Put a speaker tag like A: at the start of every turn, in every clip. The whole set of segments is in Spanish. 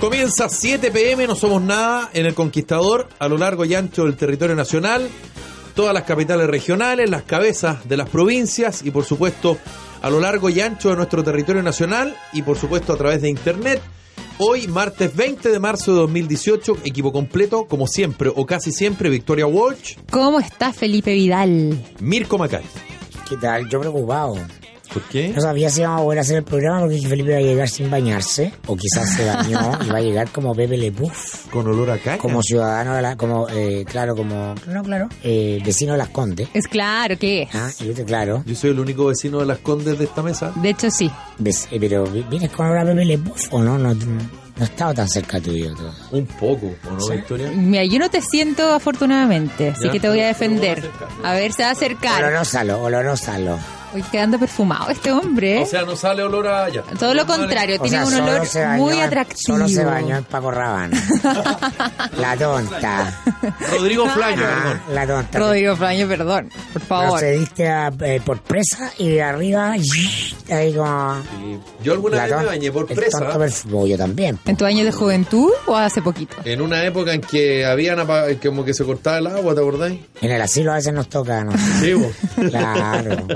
A: Comienza 7 pm, no somos nada, en El Conquistador, a lo largo y ancho del territorio nacional, todas las capitales regionales, las cabezas de las provincias y por supuesto a lo largo y ancho de nuestro territorio nacional y por supuesto a través de internet. Hoy, martes 20 de marzo de 2018, equipo completo, como siempre o casi siempre, Victoria Walsh,
B: ¿Cómo está Felipe Vidal?
A: Mirko Macay.
C: ¿Qué tal? Yo preocupado.
A: ¿Por qué?
C: No sabía si íbamos a poder hacer el programa porque dije Felipe va a llegar sin bañarse. O quizás se bañó y va a llegar como Pepe Le Pew,
A: Con olor a caña.
C: Como ciudadano de la, como, eh, claro, como, no, claro, eh, vecino de las Condes.
B: Es claro que es.
C: Ah, y otro, claro,
A: Yo soy el único vecino de las Condes de esta mesa.
B: De hecho, sí.
C: ves- eh, pero vi- vienes con olor a Pepe Le Pew o no, no, no estaba tan cerca tuyo. tú.
A: Un poco, ¿o no, Victoria?
B: Mira, yo no te siento afortunadamente, así
A: Ya,
B: que te voy a
A: pero- pero me voy a
B: defender.
A: acercar.
B: A ver, se va a acercar.
C: Olorosalo, olorosalo.
B: Hoy quedando perfumado este hombre. ¿eh?
A: O sea, no sale olor a... allá.
B: Todo lo contrario,
C: O
B: tiene
C: sea,
B: un
C: solo
B: olor
C: se bañó
B: muy
C: en-
B: atractivo.
C: Solo se bañó en Paco Rabanne. la tonta.
A: Rodrigo Flaño,
C: Ah,
A: perdón.
C: la tonta.
B: Rodrigo Flaño, perdón, por favor.
C: Procediste a, eh, por presa y de arriba, ahí como...
A: Yo alguna
C: La
A: vez me
C: ton-
A: bañé por
C: el
A: presa.
C: tonto perfumo, yo también.
B: ¿En tu año de juventud o hace poquito?
A: En una época en que habían apa- como que se cortaba el agua, ¿te acordáis?
C: En el asilo a veces nos toca, ¿no?
A: Sí, vos.
C: Claro.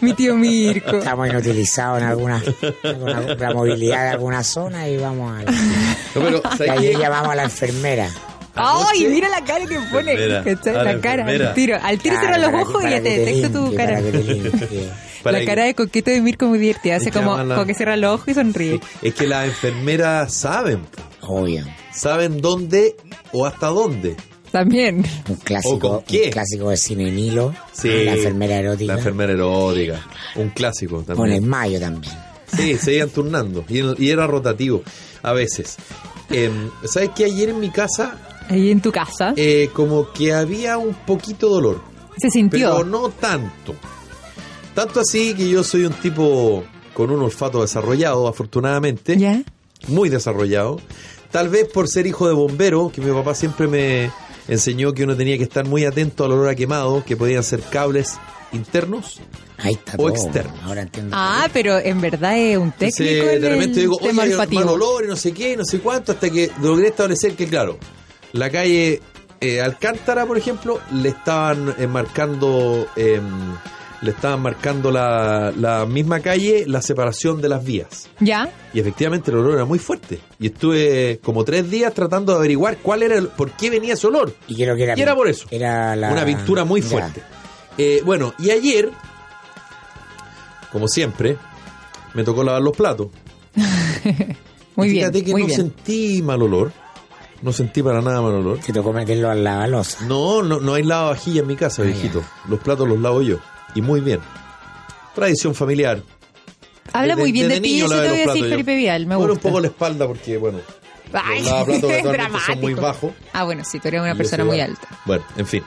B: Mi tío Mirko.
C: Estamos inutilizados en alguna, en alguna- la movilidad de alguna zona y vamos a...
A: No, pero
C: Y
A: ¿sabes
C: ahí
A: qué?
C: llamamos a la enfermera.
B: ¡Ay! Mira la cara que pone.
A: Enfermera.
B: ¿cachai?
A: Ah, la
B: La cara,
A: enfermera.
B: al tiro. Al tiro
C: Claro,
B: cierran
C: para
B: los
C: que-
B: ojos y
C: para
B: ya
C: que
B: te detecto tu
C: limpie,
B: cara.
C: Para que te limpie.
A: Para
B: la
A: que-
B: cara de coqueto de Mirko muy divertida. Hace
A: Es que
B: como,
A: ama la-
B: como que cierra los ojos y sonríe.
A: Es que las enfermeras saben, po.
C: Obvio.
A: saben dónde o hasta dónde.
B: También.
C: Un
A: ¿O con
C: clásico,
A: qué?
C: un clásico de cine Nilo. La enfermera erótica.
A: La enfermera erótica. Un clásico
C: Con el
A: también.
C: mayo también.
A: Sí, se iban turnando. Y, en- y era rotativo a veces. Em, ¿Sabes qué? Ayer en mi casa,
B: Ahí en tu casa.
A: eh, como que había un poquito de dolor.
B: se sintió.
A: Pero no tanto. Tanto así que yo soy un tipo con un olfato desarrollado, afortunadamente.
B: ¿Ya?
A: Muy desarrollado. Tal vez por ser hijo de bombero, que mi papá siempre me enseñó que uno tenía que estar muy atento al olor a quemado, que podían ser cables internos.
C: Ahí está
A: O
C: todo.
A: externo.
C: Ahora entiendo.
B: Ah, pero en verdad es un técnico.
A: Entonces,
B: en
A: de
B: el
A: repente digo,
B: tema
A: oye,
B: olfativo.
A: mal olor y no sé qué, y no sé cuánto, hasta que logré establecer que, claro, la calle eh, Alcántara, por ejemplo, le estaban eh, marcando, eh, le estaban marcando la, la misma calle, la separación de las vías.
B: ¿Ya?
A: Y efectivamente el olor era muy fuerte. Y estuve como tres días tratando de averiguar cuál era el, por qué venía ese olor.
C: Y creo que era,
A: Y era por eso.
C: era la-
A: Una pintura muy
C: Ya.
A: fuerte. Eh, bueno, y ayer, como siempre, me tocó lavar los platos.
B: Muy
A: Y
B: bien.
A: Fíjate que
B: muy
A: no
B: bien.
A: sentí mal olor. No sentí para nada mal olor.
C: Te tocó meterlo a la balosa.
A: No, no, no hay lavavajilla en mi casa,
C: Ah,
A: viejito. Los platos los lavo yo. Y muy bien. Tradición familiar.
B: Habla
A: Desde-
B: muy bien de,
A: desde
B: ti,
A: niño
B: eso
A: lavé
B: te
A: los
B: voy a decir,
A: platos yo.
B: Felipe Vidal. Me
A: Bueno,
B: gusta.
A: un poco la espalda porque, bueno,
B: Ay,
A: los lavaplatos
B: es
A: actualmente son muy
B: dramático.
A: bajos.
B: Ah, bueno, sí, tú eres
A: Y
B: una
A: yo
B: persona
A: soy
B: muy
A: alto.
B: alta.
A: Bueno, en fin.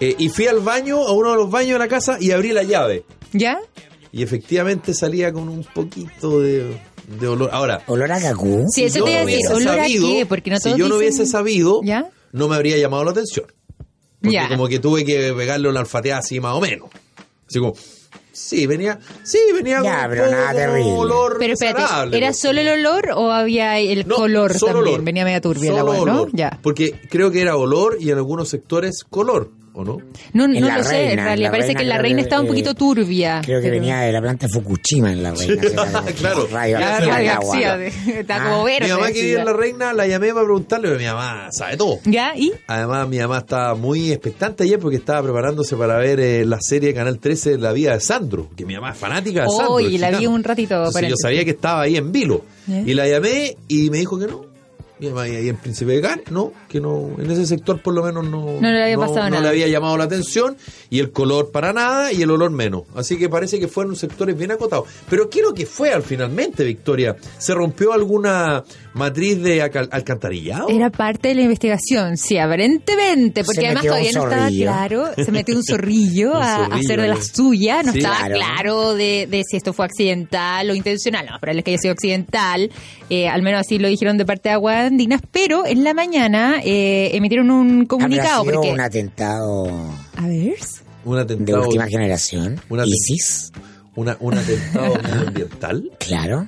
A: Eh, y fui al baño, a uno de los baños de la casa, y abrí la llave.
B: ¿Ya?
A: Y efectivamente salía con un poquito de, de olor. Ahora,
C: Olor a cacú.
B: Sí, eso
A: yo
B: te iba a
A: no
B: decir.
A: hubiese
B: ¿Olor a
A: sabido-
B: qué? Porque no
A: si
B: todos
A: yo no
B: dicen-
A: hubiese sabido,
B: ¿Ya?
A: no me habría llamado la atención. Porque
B: Ya.
A: como que tuve que pegarle una alfateada así más o menos. Así como, sí, venía, sí, venía
C: Ya,
A: con un
C: pero
A: poco
C: nada
A: como
C: terrible.
A: olor
B: Pero espérate,
A: desagradable.
B: ¿era solo el olor o había el
A: No,
B: color
A: solo
B: también?
A: olor.
B: Venía media turbia la
A: Solo
B: agua, ¿no?
A: olor.
B: Ya.
A: Porque creo que era olor y en algunos sectores color, ¿o no?
B: No,
C: En
B: no
C: la
B: lo sé, en
C: reina,
B: realidad.
C: la
B: Parece
C: reina
B: que la
C: creo
B: reina
C: que,
B: estaba un
C: eh,
B: poquito turbia.
C: Creo que
B: pero-
C: venía de la planta Fukushima en la reina. que era como
A: Claro.
C: radio-
A: Ya,
C: el
A: radio-
C: agua.
B: Ah, sí, de- está como
C: Ah,
B: verde.
A: mi mamá que
B: sí,
A: vive en
B: ya.
A: La Reina la llamé para preguntarle, pero mi mamá sabe todo.
B: ¿Ya? ¿Y?
A: Además, mi mamá estaba muy expectante ayer porque estaba preparándose para ver eh, la serie de Canal 13, La Vida de Sandro, que mi mamá es fanática de Sandro.
B: Oye,
A: el
B: la vi
A: gitano.
B: un ratito,
A: Entonces,
B: parece.
A: yo sabía que estaba ahí en vilo.
B: ¿Eh?
A: Y la llamé y me dijo que no. Y además, ahí en Príncipe de Gales, ¿no? Que no, en ese sector por lo menos no,
B: No le había pasado
A: no
B: nada.
A: le había llamado la atención, y el color para nada, y el olor menos. Así que parece que fueron sectores bien acotados. Pero ¿qué es lo que fue al finalmente, Victoria? ¿Se rompió alguna matriz de acal- alcantarillado?
B: Era parte de la investigación, sí, aparentemente, porque
C: Se
B: además
C: metió
B: todavía
C: un
B: no estaba
C: zorrillo.
B: claro, se metió un zorrillo
A: Un
B: a, a
A: zorrillo,
B: hacer de
A: ¿no?
B: las suyas, no
A: Sí.
B: estaba
C: Claro.
B: claro, de, de si esto fue accidental o intencional, no, probable es que haya sido accidental, eh, al menos así lo dijeron de parte de Aguas Andinas, pero en la mañana eh, emitieron un
C: Habrá
B: comunicado
C: sido
B: porque...
C: un atentado
B: A ver,
A: Un
C: de
A: atentado.
C: última generación.
A: un atent-
C: ISIS,
A: una- un atentado medioambiental.
C: claro.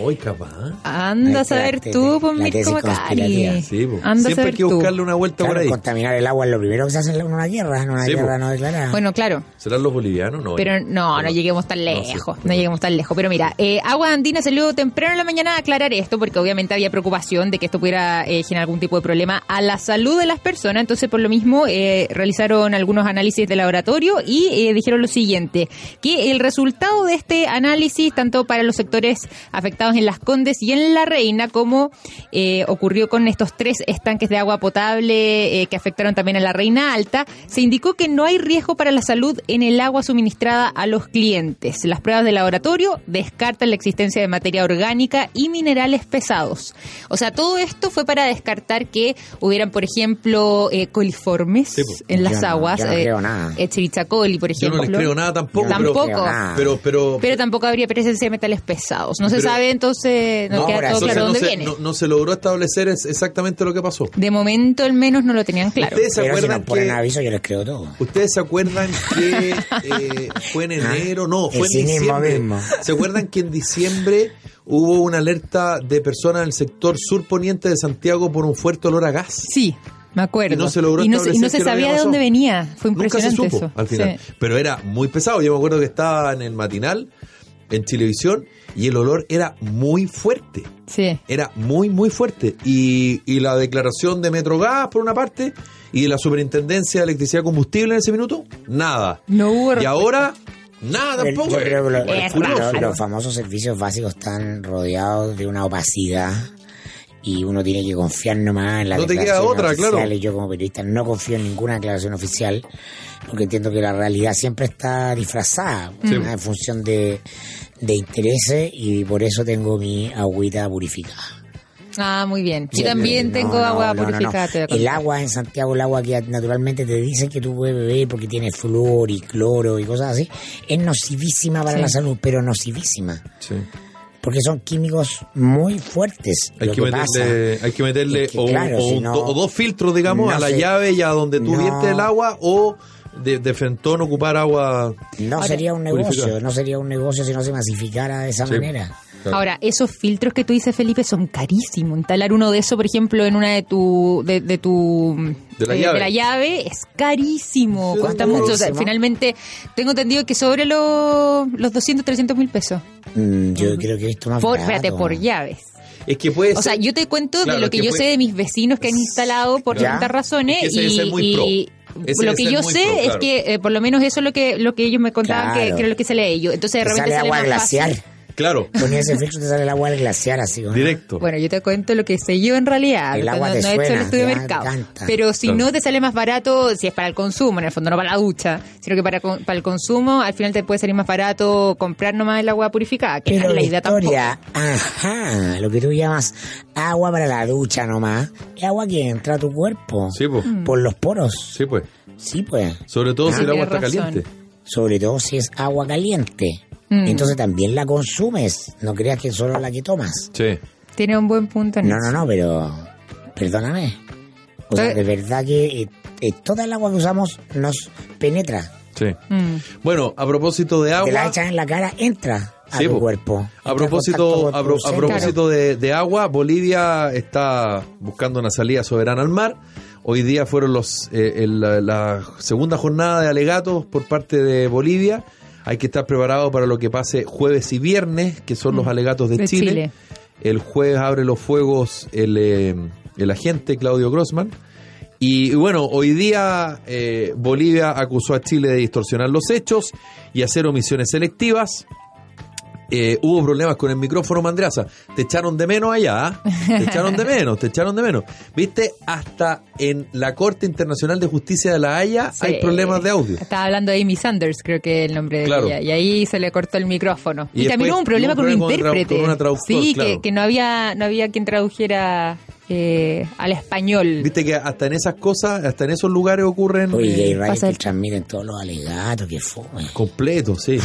A: Hoy capaz.
B: anda a saber
C: Espérate,
B: tú,
C: la
B: ponme
C: tesis
B: como
C: conspirativa,
B: cari.
A: Sí, po.
B: Anda a
A: Siempre hay
B: saber
A: que
B: tú.
A: buscarle una vuelta
C: Claro,
A: por ahí.
C: contaminar el agua es lo primero que se hace en una guerra, en una
A: Sí,
C: guerra
A: po.
C: no declarada.
B: Bueno, claro.
A: ¿Serán los bolivianos? No.
B: Pero
A: eh.
B: no, no lleguemos tan
A: No, sí.
B: lejos, no lleguemos tan lejos. Pero mira, eh, Agua Andina salió temprano en la mañana a aclarar esto, porque obviamente había preocupación de que esto pudiera eh, generar algún tipo de problema a la salud de las personas. Entonces, por lo mismo, eh, realizaron algunos análisis de laboratorio y eh, dijeron lo siguiente, que el resultado de este análisis, tanto para los sectores afectados en Las Condes y en La Reina, como eh, ocurrió con estos tres estanques de agua potable eh, que afectaron también a La Reina Alta, se indicó que no hay riesgo para la salud en el agua suministrada a los clientes. Las pruebas de laboratorio descartan la existencia de materia orgánica y minerales pesados. O sea, todo esto fue para descartar que hubieran, por ejemplo, eh, coliformes
A: Sí, pues.
B: en las
C: Yo no-
B: aguas.
C: yo no
B: eh,
C: creo nada.
B: eh, chirichacoli, por
A: Yo
B: ejemplo.
A: no les creo nada tampoco. pero-
B: Tampoco.
C: creo nada.
A: Pero, pero,
B: Pero tampoco habría presencia de metales pesados. No
A: Pero-
B: se sabe, entonces no,
C: No, por
B: queda todo
C: eso
A: entonces
B: claro
A: no,
B: dónde
A: se,
B: viene.
A: no- no se logró establecer es- exactamente lo que pasó.
B: De momento, al menos, no lo tenían claro.
A: ¿Ustedes se
C: Pero si
A: acuerdan
C: nos ponen
A: que-
C: aviso, yo les creo todo.
A: ¿Ustedes se acuerdan que eh, fue en enero? No, fue
C: Ah, El
A: en
C: cinismo
A: diciembre.
C: mismo.
A: ¿Se acuerdan que en diciembre hubo una alerta de personas del sector surponiente de Santiago por un fuerte olor a gas?
B: Sí, me acuerdo.
A: Y no se logró
B: Y no se, y no
A: establecer
B: se
A: que no
B: sabía
A: había
B: de
A: pasado.
B: dónde venía. Fue
A: Nunca se
B: impresionante
A: supo
B: eso.
A: al final.
B: Sí.
A: Pero era muy pesado. Yo me acuerdo que estaba en el matinal, en televisión, y el olor era muy fuerte.
B: Sí.
A: Era muy, muy fuerte. Y, y la declaración de Metrogas, por una parte, y de la Superintendencia de Electricidad y Combustible en ese minuto, nada.
B: No hubo
A: Y
B: respuesta.
A: ahora, nada
C: El-
A: tampoco.
C: yo creo que lo-
A: Bueno,
B: Es
A: curioso.
C: los- los famosos servicios básicos están rodeados de una opacidad y uno tiene que confiar nomás en las
A: No te queda
C: declaraciones
A: otra, claro.
C: oficiales. Yo como periodista no confío en ninguna declaración oficial porque entiendo que la realidad siempre está disfrazada
A: Sí.
C: ¿no? en función de, de intereses y por eso tengo mi agüita purificada.
B: Ah, muy bien. Yo
C: Bien,
B: también
C: no,
B: tengo
C: no,
B: agua
C: no, no, no.
B: purificada. te voy a
C: El
B: contar.
C: agua en Santiago, el agua que naturalmente te dicen que tú puedes beber porque tiene flúor y cloro y cosas así, es nocivísima para
B: Sí.
C: la salud, pero nocivísima.
A: Sí.
C: porque son químicos muy fuertes.
A: Hay
C: lo
A: que,
C: que pasa.
A: meterle, hay que meterle
C: es que,
A: o, un-
C: claro,
A: o un-
C: si no-
A: o dos filtros, digamos,
C: no
A: a la
C: sé.
A: llave y a donde tú
C: No.
A: viertes el agua o de, de frentón ocupar agua.
C: No sería un negocio,
A: purificar.
C: no sería un negocio si no se masificara de esa
A: Sí.
C: manera.
B: Ahora, esos filtros que tú dices, Felipe, son carísimos. Instalar uno de esos, por ejemplo, en una de tu... De, de tu eh,
A: De la llave.
B: llave, es carísimo.
A: Sí,
B: cuesta
A: es
B: mucho. O sea,
C: carísimo.
B: finalmente, tengo entendido que sobre los, los 200, 300 mil pesos.
C: Mm, yo creo que esto más
B: Por,
C: barato.
B: espérate, por llaves.
A: Es que puede
B: O sea,
A: ser-
B: yo te cuento
A: Claro,
B: de lo que,
A: que
B: yo
A: puede-
B: sé de mis vecinos que han instalado por
C: Ya.
B: distintas razones
A: Es que ese debe
B: y,
A: ser muy
B: y
A: pro. Ese
B: lo
A: debe
B: que
A: ser
B: yo
A: muy
B: sé
A: pro,
B: es
A: claro.
B: que eh, por lo menos eso es lo que lo que ellos me contaban que-
C: Claro.
B: que, era lo que sale de ellos. Entonces de
C: Te
B: repente
C: sale
B: sale,
C: agua
B: más
C: glaciar.
B: fácil.
A: claro,
C: Con ese filtro te sale el agua del glaciar así. ¿no?
A: directo.
B: Bueno, yo te cuento lo que sé yo en realidad.
C: El
B: No-
C: agua
B: no,
C: te
B: no he hecho el
C: suena,
B: estudio de
C: te
B: mercado.
C: encanta.
B: Pero si
A: Claro.
B: no te sale más barato, si es para el consumo, en el fondo no para la ducha, sino que para, con- para el consumo, al final te puede salir más barato comprar nomás el agua purificada, que no
C: Pero
B: es la idea tampoco.
C: Victoria, ajá, lo que tú llamas agua para la ducha nomás, es agua que entra a tu cuerpo
A: Sí, pues.
B: Mm.
C: por los poros.
A: Sí, pues.
C: Sí, pues.
A: Sobre todo si el agua
B: tienes
A: está
B: Ah, razón.
A: caliente.
C: Sobre todo si es agua caliente.
B: Mm.
C: Entonces también la consumes, no creas que solo la que tomas.
A: Sí.
B: Tiene un buen punto en
C: No,
B: eso.
C: no, no, pero perdóname. O sea,
B: Eh.
C: de verdad que eh, eh, toda el agua que usamos nos penetra.
A: Sí.
B: Mm.
A: Bueno, a propósito de
C: Te la
A: agua,
C: echas en la cara, entra a
A: Sí,
C: tu
A: po.
C: cuerpo. Entra
A: a
C: en contacto
A: propósito,
C: con
A: a,
C: tu
A: pro- a
C: cerebro.
A: propósito de, de agua, Bolivia está buscando una salida soberana al mar. Hoy día fueron los eh, el- la, la segunda jornada de alegatos por parte de Bolivia. Hay que estar preparado para lo que pase jueves y viernes, que son los alegatos de,
B: Mm. de
A: Chile.
B: Chile.
A: El jueves abre los fuegos el, eh, el agente Claudio Grossman. Y bueno, hoy día eh, Bolivia acusó a Chile de distorsionar los hechos y hacer omisiones selectivas. eh, hubo problemas con el micrófono Mandreasa. Te echaron de menos allá, ¿ah? te echaron de menos, te echaron de menos. Viste, hasta en la Corte Internacional de Justicia de la Haya
B: Sí.
A: hay problemas de audio.
B: Estaba hablando de Amy Sanders, creo que es el nombre de
A: Claro.
B: ella. Y ahí se le cortó el micrófono.
A: Y
B: Y,
A: después
B: también hubo un problema
A: hubo
B: con
A: un
B: un
A: problema con un trau-
B: intérprete.
A: con una traductora,
B: sí,
A: claro.
B: que, que no había no había quien tradujera eh, al español.
A: Viste que hasta en esas cosas, hasta en esos lugares ocurren
C: Oye, y hay radios
B: Pasa
C: que
B: el- Oh.
C: transmiten todos los alegatos, que fome.
A: completo, sí.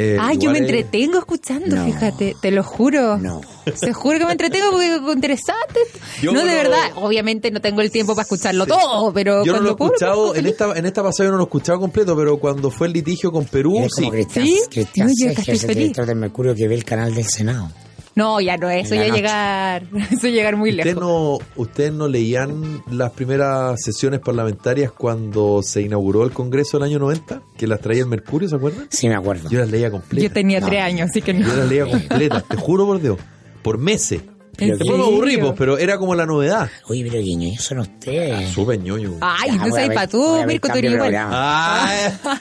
A: Eh,
B: Ah, yo
A: igual
B: me
A: es-
B: entretengo escuchando,
C: No.
B: fíjate, te lo juro.
C: No.
B: Se juro que me entretengo porque es interesante.
A: Yo
B: no, de
A: no-
B: verdad, obviamente no tengo el tiempo para escucharlo todo, pero
A: Yo no lo
B: cuando
A: he
B: puedo,
A: escuchado,
B: puedo
A: en esta, en esta pasada yo no lo he escuchado completo, pero cuando fue el litigio con Perú,
C: Es
A: sí.
C: como Cristian,
B: ¿Sí?
C: Cristian
B: No, yo acá
C: Seger,
B: estoy
C: el
B: feliz.
C: director del Mercurio que ve el canal del Senado.
B: No, ya no, eso
C: En la
B: ya
C: noche.
B: llegar, eso ya llegar muy
A: ¿Ustedes
B: lejos.
A: no, ¿Ustedes no leían las primeras sesiones parlamentarias cuando se inauguró el Congreso del año 90? Que las traía el Mercurio, ¿se acuerdan?
C: Sí, me acuerdo.
A: Yo las leía completas.
B: Yo tenía
C: No.
B: tres años, así que no.
A: Yo las leía completas, te juro por Dios. Por meses.
B: ¿En
A: Después me
B: serio?
A: aburrimos, pero era como la novedad. Ah.
C: Oye, pero que ñoños son ustedes.
A: Súper ñoño.
B: Ay,
C: Ya,
B: entonces
C: voy a
B: ahí
C: ver-
B: para
C: voy a
B: tú,
C: ver
B: Mirko, tú
C: cambio
B: eres
C: de
B: igual.
C: programa.
A: Ah,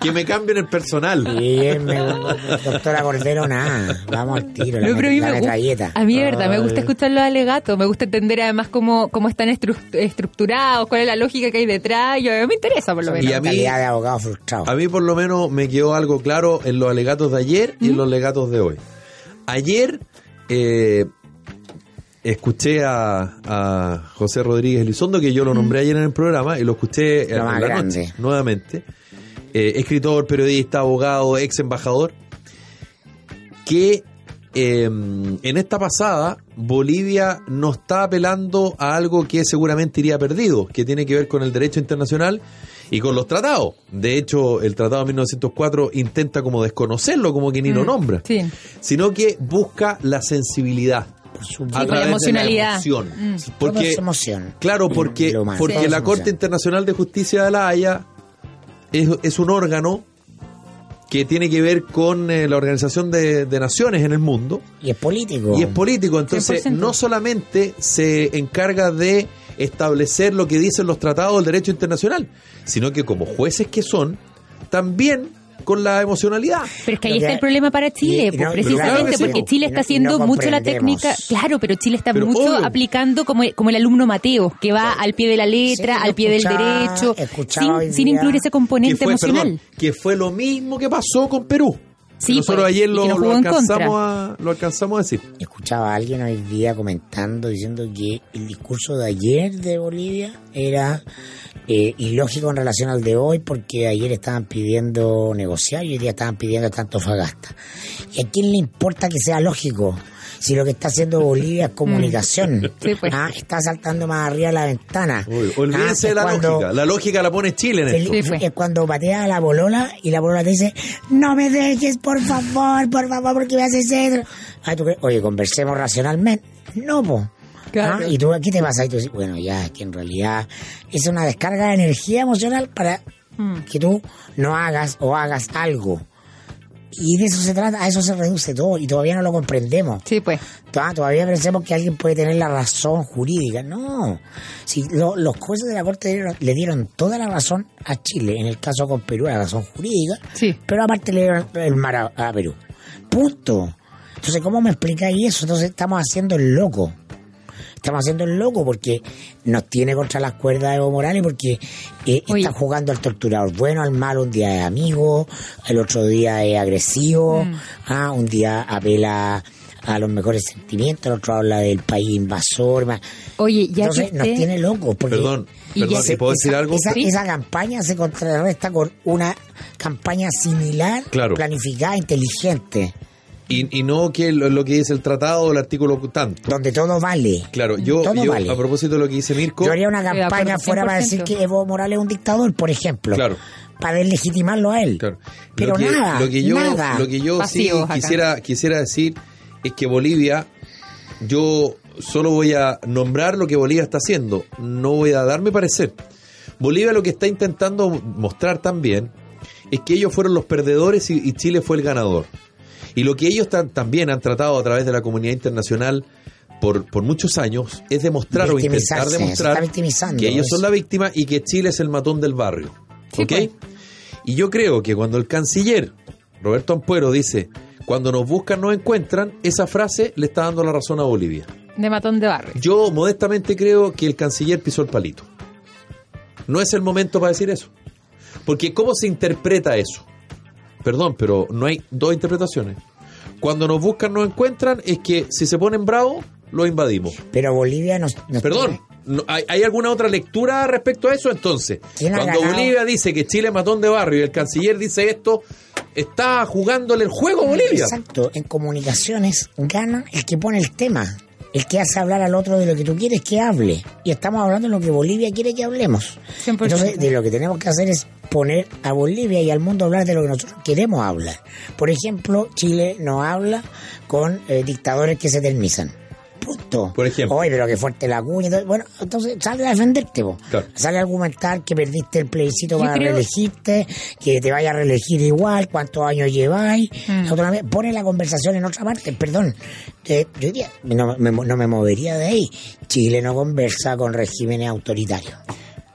A: que me cambien el personal.
C: Bien, me- doctora Cordero, nada. Vamos al tiro, la,
B: No, pero a
C: met-
B: mí
C: la
B: me gusta-
C: metralleta.
B: a mí, de verdad, me gusta
A: Ay.
B: escuchar los alegatos, me gusta entender además cómo, cómo están estru- estructurados, cuál es la lógica que hay detrás, yo, me interesa por lo menos.
A: Y a mí-
C: Calidad de abogado frustrado.
A: A mí por lo menos me quedó algo claro en los alegatos de ayer y en los alegatos de hoy. Ayer eh, escuché a, a José Rodríguez Elizondo, que yo lo nombré ayer en el programa, y lo escuché
C: Lo
A: en
C: más
A: la
C: grande.
A: noche nuevamente. Eh, escritor, periodista, abogado, ex embajador, que eh, en esta pasada Bolivia no está apelando a algo que seguramente iría perdido, que tiene que ver con el derecho internacional y con los tratados. De hecho, el Tratado de 1904 intenta como desconocerlo, como que ni lo
B: Mm,
A: nombra,
B: Sí.
A: sino que busca la sensibilidad
C: Por
A: a
C: supuesto.
B: con la
A: través
B: emocionalidad.
A: de la emoción.
B: Mm.
C: Todo
A: Porque,
C: es emoción.
A: claro, porque,
C: Lo humano, todo
A: porque
C: es
A: la Corte
C: emoción.
A: Internacional de Justicia de la Haya es, es un órgano que tiene que ver con eh, la Organización de- de Naciones en el mundo,
C: Y es político.
A: y es político, entonces
B: 100%.
A: no solamente se encarga de establecer lo que dicen los tratados del derecho internacional, sino que como jueces que son, también con la emocionalidad.
B: Pero es que ahí
C: Lo que-
B: está el problema para Chile,
C: y- y
B: pues,
C: no- pero
B: precisamente
A: claro que sí,
B: porque
A: pues.
B: Chile
C: Y no-
B: está
C: y
B: haciendo
C: no
B: mucho la
C: comprendemos.
B: técnica. Claro, pero Chile está
A: Pero
B: mucho
A: obvio.
B: aplicando como, como el alumno Mateo, que va al pie de la letra,
C: Sí,
B: al pie del
C: escuchaba-
B: derecho,
C: escuchaba hoy
B: sin, sin
C: día
B: incluir ese
A: Que
B: componente
A: fue,
B: emocional.
A: perdón, que fue lo mismo que pasó con Perú.
B: Sí,
A: Nosotros
B: pues,
A: ayer
B: y que
A: lo,
B: nos
A: lo
B: jugó en
A: alcanzamos a, lo alcanzamos a decir.
C: Escuchaba a alguien hoy día comentando, diciendo que el discurso de ayer de Bolivia era eh, ilógico en relación al de hoy, porque ayer estaban pidiendo negociar y hoy día estaban pidiendo tanto fagasta. ¿Y a quién le importa que sea lógico? Si lo que está haciendo Bolivia es comunicación,
B: Mm. Sí, pues.
C: Ah, está saltando más arriba de la ventana.
A: Uy,
C: Ah,
A: olvídense de
C: es
A: la
C: cuando-
A: lógica. La lógica la pone Chile en esto.
B: Sí, fue.
C: es Eh, cuando pateas a la bolola y la bolola te dice, no me dejes, por favor, por favor, porque me haces esto. Ah, ¿tú crees? Oye, conversemos racionalmente. No, po.
B: Claro.
C: Ah, y tú aquí te vas ahí, tú dices, bueno, ya, es que en realidad es una descarga de energía emocional para
B: Mm.
C: que tú no hagas o hagas algo. Y de eso se trata, a eso se reduce todo y todavía no lo comprendemos.
B: Sí, pues.
C: Ah, todavía pensemos que alguien puede tener la razón jurídica. No. Si lo- los jueces de la Corte dieron- le dieron toda la razón a Chile, en el caso con Perú, la razón jurídica,
B: Sí.
C: pero aparte le dieron el mar a, a Perú. Punto. Entonces, ¿cómo me explicáis eso? Entonces, estamos haciendo el loco. Estamos haciendo el loco porque nos tiene contra las cuerdas Evo Morales porque eh,
B: Oye.
C: está jugando al torturador bueno, al malo, un día es amigo, el otro día es agresivo,
B: Mm.
C: ah, un día apela a los mejores sentimientos, el otro habla del país invasor. ma-
B: Oye, ya
C: Entonces
B: que
C: nos
B: usted-
C: tiene locos. Porque
A: Perdón,
B: Y
A: perdón,
B: ese-
A: ¿y puedo decir
C: esa-
A: algo?
C: Esa,
B: Sí.
C: esa campaña se contrarresta con una campaña similar,
A: Claro.
C: planificada, inteligente,
A: Y, y no que lo, lo que dice el tratado, el artículo tanto.
C: donde todo vale.
A: Claro, yo,
C: Todo
A: yo,
C: vale.
A: a propósito de lo que dice Mirko,
C: Yo haría una
B: Estoy de
C: campaña
B: acuerdo,
C: fuera para decir
B: 100%.
C: que Evo Morales es un dictador, por ejemplo.
A: Claro.
C: Para deslegitimarlo a él.
A: Claro.
C: Pero
A: lo que,
C: nada,
A: lo que yo,
C: nada.
A: Lo que yo sí
B: Pasivos acá.
A: quisiera, quisiera decir es que Bolivia, yo solo voy a nombrar lo que Bolivia está haciendo, no voy a dar mi parecer. Bolivia lo que está intentando mostrar también es que ellos fueron los perdedores y, y Chile fue el ganador. Y lo que ellos tan- también han tratado a través de la comunidad internacional por, por muchos años es demostrar o intentar
C: Victimizarse, se
A: demostrar
C: está victimizando,
A: que ellos
C: es-
A: son la víctima y que Chile es el matón del barrio.
B: Sí,
A: ¿Ok?
B: pues.
A: Y yo creo que cuando el canciller Roberto Ampuero dice, cuando nos buscan nos encuentran, esa frase le está dando la razón a Bolivia.
B: De matón de barrio.
A: Yo modestamente creo que el canciller pisó el palito. No es el momento para decir eso. Porque ¿cómo se interpreta eso? Perdón, pero no hay dos interpretaciones. Cuando nos buscan, nos encuentran, es que si se ponen bravos, lo invadimos.
C: Pero Bolivia nos... nos
A: Perdón. no- ¿Hay, hay alguna otra lectura respecto a eso? Entonces,
C: ¿Quién ha
A: cuando
C: ganado?
A: Bolivia dice que Chile es matón de barrio y el canciller dice esto, está jugándole el juego a Bolivia.
C: Exacto, en comunicaciones gana el que pone el tema, el que hace hablar al otro de lo que tú quieres que hable. Y estamos hablando de lo que Bolivia quiere que hablemos.
B: 100%.
C: Entonces, de lo que tenemos que hacer es poner a Bolivia y al mundo a hablar de lo que nosotros queremos hablar. Por ejemplo, Chile no habla con eh, dictadores que se termizan. Punto.
A: Por ejemplo.
C: Oye, pero que fuerte la cuña. y todo. Bueno, entonces sale a defenderte, vos.
A: Claro.
C: Sale a argumentar que perdiste el plebiscito
B: Yo
C: para
B: creo-
C: reelegirte, que te vaya a reelegir igual, cuántos años lleváis.
B: Mm.
C: Otra vez, Pone la conversación en otra parte, perdón. Eh, yo diría, no me, no me movería de ahí. Chile no conversa con regímenes autoritarios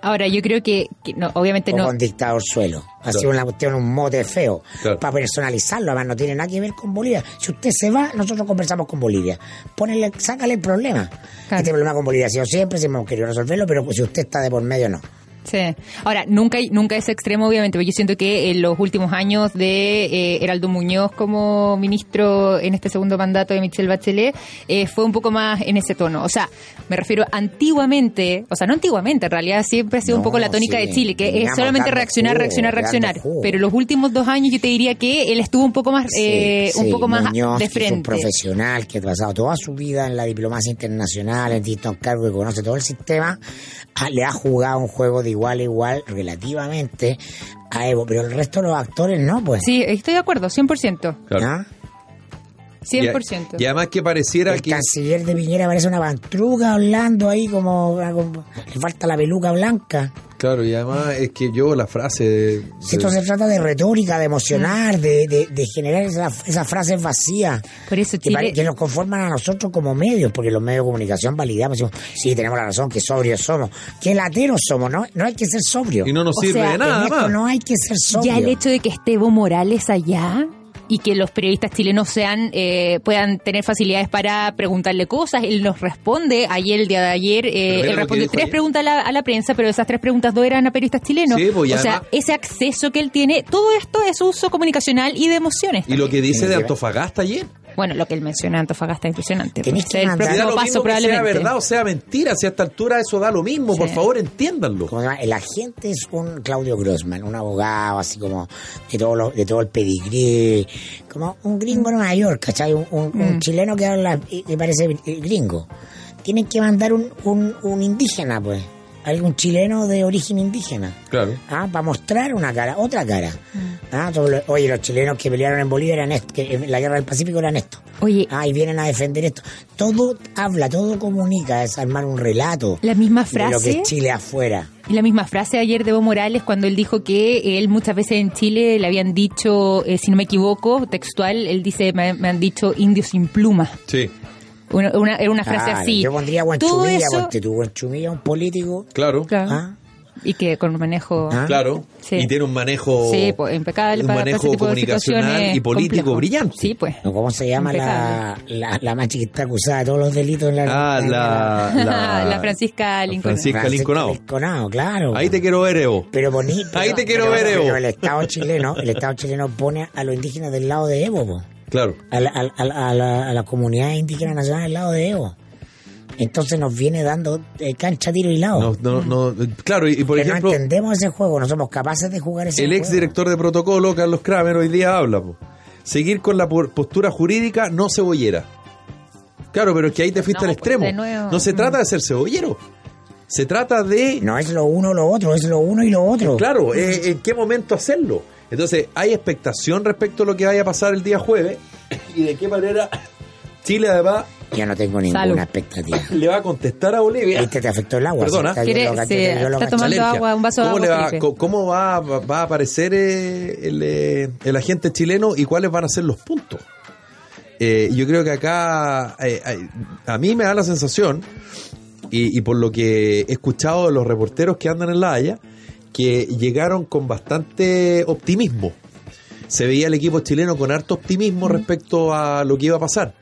B: Ahora, yo creo que, que no, obviamente
C: o
B: no.
C: con dictador suelo. Ha sido
A: Claro.
C: una cuestión, un mote feo.
A: Claro.
C: Para personalizarlo, además no tiene nada que ver con Bolivia. Si usted se va, nosotros conversamos con Bolivia. Ponele, sácale el problema.
B: Claro.
C: Este problema con Bolivia ha sido siempre, siempre hemos querido resolverlo, pero si usted está de por medio, no.
B: Sí. Ahora, nunca, nunca es extremo, obviamente, pero yo siento que en los últimos años de eh, Heraldo Muñoz como ministro en este segundo mandato de Michelle Bachelet eh, fue un poco más en ese tono. O sea, me refiero antiguamente, o sea, no antiguamente, en realidad siempre ha sido un
C: No,
B: poco la tónica
C: sí,
B: de Chile, que es
C: veníamos
B: solamente
C: dando
B: reaccionar,
C: jugo,
B: reaccionar,
C: dando
B: reaccionar.
C: jugo.
B: Pero los últimos dos años yo te diría que él estuvo un poco más, eh,
C: Sí,
B: un
C: sí,
B: poco más
C: Muñoz,
B: de
C: que es un
B: frente.
C: profesional que ha pasado toda su vida en la diplomacia internacional, en distintos cargos, que conoce todo el sistema, ah, le ha jugado un juego de igual a igual relativamente a Evo, pero el resto de los actores no, pues.
B: Sí, estoy de acuerdo, 100%.
A: Claro.
C: ¿Ah?
B: 100%.
A: Y, y además que pareciera
C: El
A: que...
C: canciller de Piñera parece una pantruga hablando ahí como, como- le falta la peluca blanca.
A: Claro, y además es que yo la frase... de-
C: Si esto se trata de retórica, de emocionar,
B: Mm.
C: de, de- de generar esa- esas frases vacías
B: Por eso
C: que, pare-
B: Chile...
C: que nos conforman a nosotros como medios, porque los medios de comunicación validamos, decimos, sí, tenemos la razón, que sobrios somos, que lateros somos, ¿no? No hay que ser sobrio.
A: y no nos
B: O
A: sirve
B: sea,
A: de
C: En
A: nada
C: esto
A: más.
C: no hay que ser sobrio.
B: Ya el hecho de que esté Evo Morales allá y que los periodistas chilenos sean eh, puedan tener facilidades para preguntarle cosas, él nos responde, ayer, el día de ayer, eh,
A: mira lo
B: él
A: que
B: responde
A: dijo
B: tres
A: ayer.
B: preguntas a la, a la prensa, pero esas tres preguntas dos eran a periodistas chilenos.
A: Sí, pues, y
B: o sea,
A: además-
B: ese acceso que él tiene, todo esto es uso comunicacional y de emociones.
A: Y lo que dice de
C: Mira.
A: Antofagasta ayer.
B: Bueno, lo que él menciona en Antofagasta es impresionante.
C: Tenés
B: Pues,
C: que
B: el
C: mandar-
A: Y
C: Da
A: da
B: próximo
A: lo
B: paso
A: mismo que sea
B: probablemente.
A: verdad o sea mentira, si a esta altura eso da lo mismo, por
B: Sí.
A: favor entiéndanlo.
C: ¿Cómo se llama? El agente es un Claudio Grossman, un abogado así como de todo, lo- de todo el pedigrí, como un gringo en Nueva York, ¿cachai? Un, un- un
B: Mm.
C: chileno que habla y, y parece gringo. Tienen que mandar un, un, un indígena, pues, algún chileno de origen indígena.
A: Claro.
C: Ah, para mostrar una cara, otra cara.
B: Mm.
C: Ah, todo lo- oye, los chilenos que pelearon en Bolivia eran esto, que en la guerra del Pacífico eran esto.
B: Oye,
C: Ah, y vienen a defender esto. Todo habla, todo comunica, es armar un relato
B: la misma
C: de lo que
B: frase...
C: es Chile afuera.
B: Y la misma frase ayer de Evo Morales cuando él dijo que él muchas veces en Chile le habían dicho, eh, si no me equivoco, textual, él dice, me, me han dicho indio sin pluma.
A: Sí,
B: Una, una- era una frase
A: Ah,
C: Claro,
B: así.
C: Yo pondría
B: Todo
C: Guanchumilla,
B: eso-
C: porque tu Guanchumilla es un político.
A: claro. Claro.
B: Claro.
C: ¿ah?
B: Y que con un manejo...
C: Ah.
B: Sí.
A: Y tiene un manejo.
B: Sí, pues, impecable
A: Un
B: para para
A: manejo
B: ese tipo de
A: comunicacional
B: situaciones
A: y político
B: complejo.
A: brillante.
B: Sí, pues.
C: ¿O ¿Cómo se llama la, la, la machi que está acusada de todos los delitos? En la,
A: Ah,
C: en
A: la. La,
B: La Francisca Lincoln.
A: Francisca
C: Francisca
A: Lincolnao.
C: Lincolnao, claro.
A: Ahí te quiero ver, Evo.
C: Pero boni-
A: Ahí
C: pero-
A: te quiero
C: pero-
A: ver, Evo.
C: Pero el Estado chileno, el Estado chileno pone a los indígenas del lado de Evo, po.
A: Claro.
C: a, la, a, la- a la- a las comunidades indígenas nacionales del lado de Evo. Entonces nos viene dando eh, cancha, tiro y lado.
A: No, no, no, claro, y, y por
C: que
A: ejemplo,
C: no entendemos ese juego, no somos capaces de jugar ese
A: el
C: juego.
A: ex director de protocolo, Carlos Kramer, hoy día habla. po. Seguir con la por- postura jurídica no cebollera. Claro, pero es que ahí te fuiste
B: No,
A: al
B: pues,
A: extremo.
B: de nuevo.
A: No se trata de ser cebollero. Se trata de
C: No es lo uno o lo otro, es lo uno y lo otro.
A: Claro, eh, ¿en qué momento hacerlo? Entonces, hay expectación respecto a lo que vaya a pasar el día jueves y de qué manera Chile además
C: Yo no tengo ninguna
B: Salud.
C: expectativa.
A: le va a contestar a Bolivia.
C: Este te afectó el agua.
A: Perdona.
C: sí, está- yo
B: ¿Quiere-
C: lo caché,
B: se-
C: yo lo
B: está
C: caché.
B: tomando-
A: Alergia.
B: agua, un vaso de
A: ¿Cómo,
B: agua,
A: le va,
B: Felipe?
A: co- cómo va, va a aparecer eh, el, eh, el agente chileno y cuáles van a ser los puntos? Eh, yo creo que acá eh, eh, a mí me da la sensación, y, y por lo que he escuchado de los reporteros que andan en La Haya, que llegaron con bastante optimismo. se veía el equipo chileno con harto optimismo respecto a lo que iba a pasar.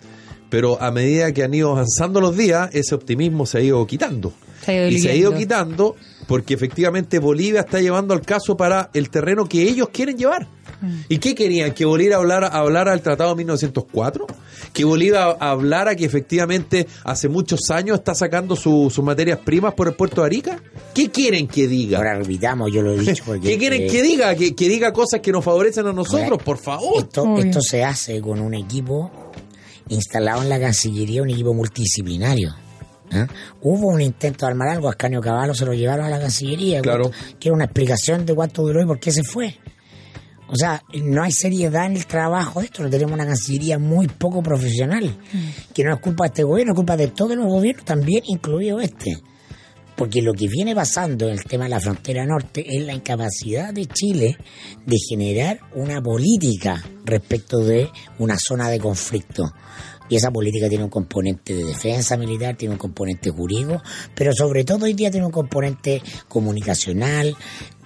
A: Pero a medida que han ido avanzando los días, ese optimismo se ha ido quitando.
B: Se ha ido
A: y se ha ido
B: diluyendo.
A: quitando porque efectivamente Bolivia está llevando al caso para el terreno que ellos quieren llevar. ¿Y qué querían? ¿Que Bolivia hablara, hablara al Tratado de 1904? ¿Que Bolivia hablara que efectivamente hace muchos años está sacando su- sus materias primas por el puerto de Arica? ¿Qué quieren que diga?
C: Ahora olvidamos, yo lo he dicho. Porque,
A: ¿Qué quieren
C: eh,
A: que diga? Que, que diga cosas que nos favorecen a nosotros,
C: Ahora, eh,
A: por favor.
C: Esto,
B: Obvio.
C: esto se hace con un equipo instalado en la Cancillería, un equipo multidisciplinario. ¿ah? Hubo un intento de armar algo, Ascanio Caballo se lo llevaron a la Cancillería,
A: Claro.
C: que era una explicación de cuánto duró y por qué se fue. O sea, no hay seriedad en el trabajo de esto, no tenemos una Cancillería muy poco profesional, que no es culpa de este gobierno, es culpa de todos los gobiernos, también incluido este. Porque lo que viene pasando en el tema de la frontera norte es la incapacidad de Chile de generar una política respecto de una zona de conflicto. Y esa política tiene un componente de defensa militar, tiene un componente jurídico, pero sobre todo hoy día tiene un componente comunicacional,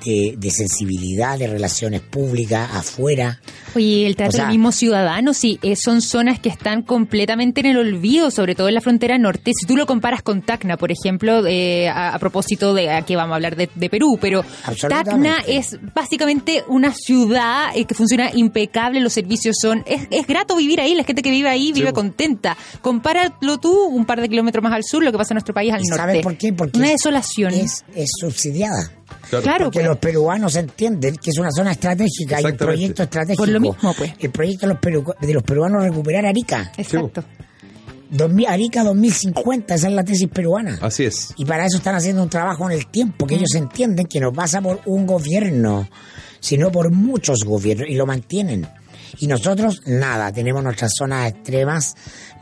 C: de, de sensibilidad, de relaciones públicas afuera.
B: Oye, el trato
C: O sea-
B: del mismo ciudadano, sí, eh, son zonas que están completamente en el olvido, sobre todo en la frontera norte. Si tú lo comparas con Tacna, por ejemplo, eh, a, a propósito de a que vamos a hablar de, de Perú, pero Tacna
C: Absolutamente.
B: es básicamente una ciudad eh, que funciona impecable, los servicios son... Es, es grato vivir ahí, la gente que vive ahí vive contenta. Compáralo tú un par de kilómetros más al sur, lo que pasa en nuestro país al
C: ¿Y
B: norte.
C: sabes por qué? Porque
B: una
C: es-
B: desolación.
C: Es, es subsidiada.
B: claro,
C: Porque
B: pues.
C: los peruanos entienden que es una zona estratégica y un
A: Exactamente.
C: proyecto estratégico.
B: Por lo mismo, pues.
C: El proyecto de los, peru- de los peruanos recuperar Arica.
B: Exacto.
C: 2000 Arica 2050, esa es la tesis peruana.
A: Así es.
C: Y para eso están haciendo un trabajo en el tiempo,
B: Mm.
C: que ellos entienden que no pasa por un gobierno, sino por muchos gobiernos, y lo mantienen. Y nosotros, nada, tenemos nuestras zonas extremas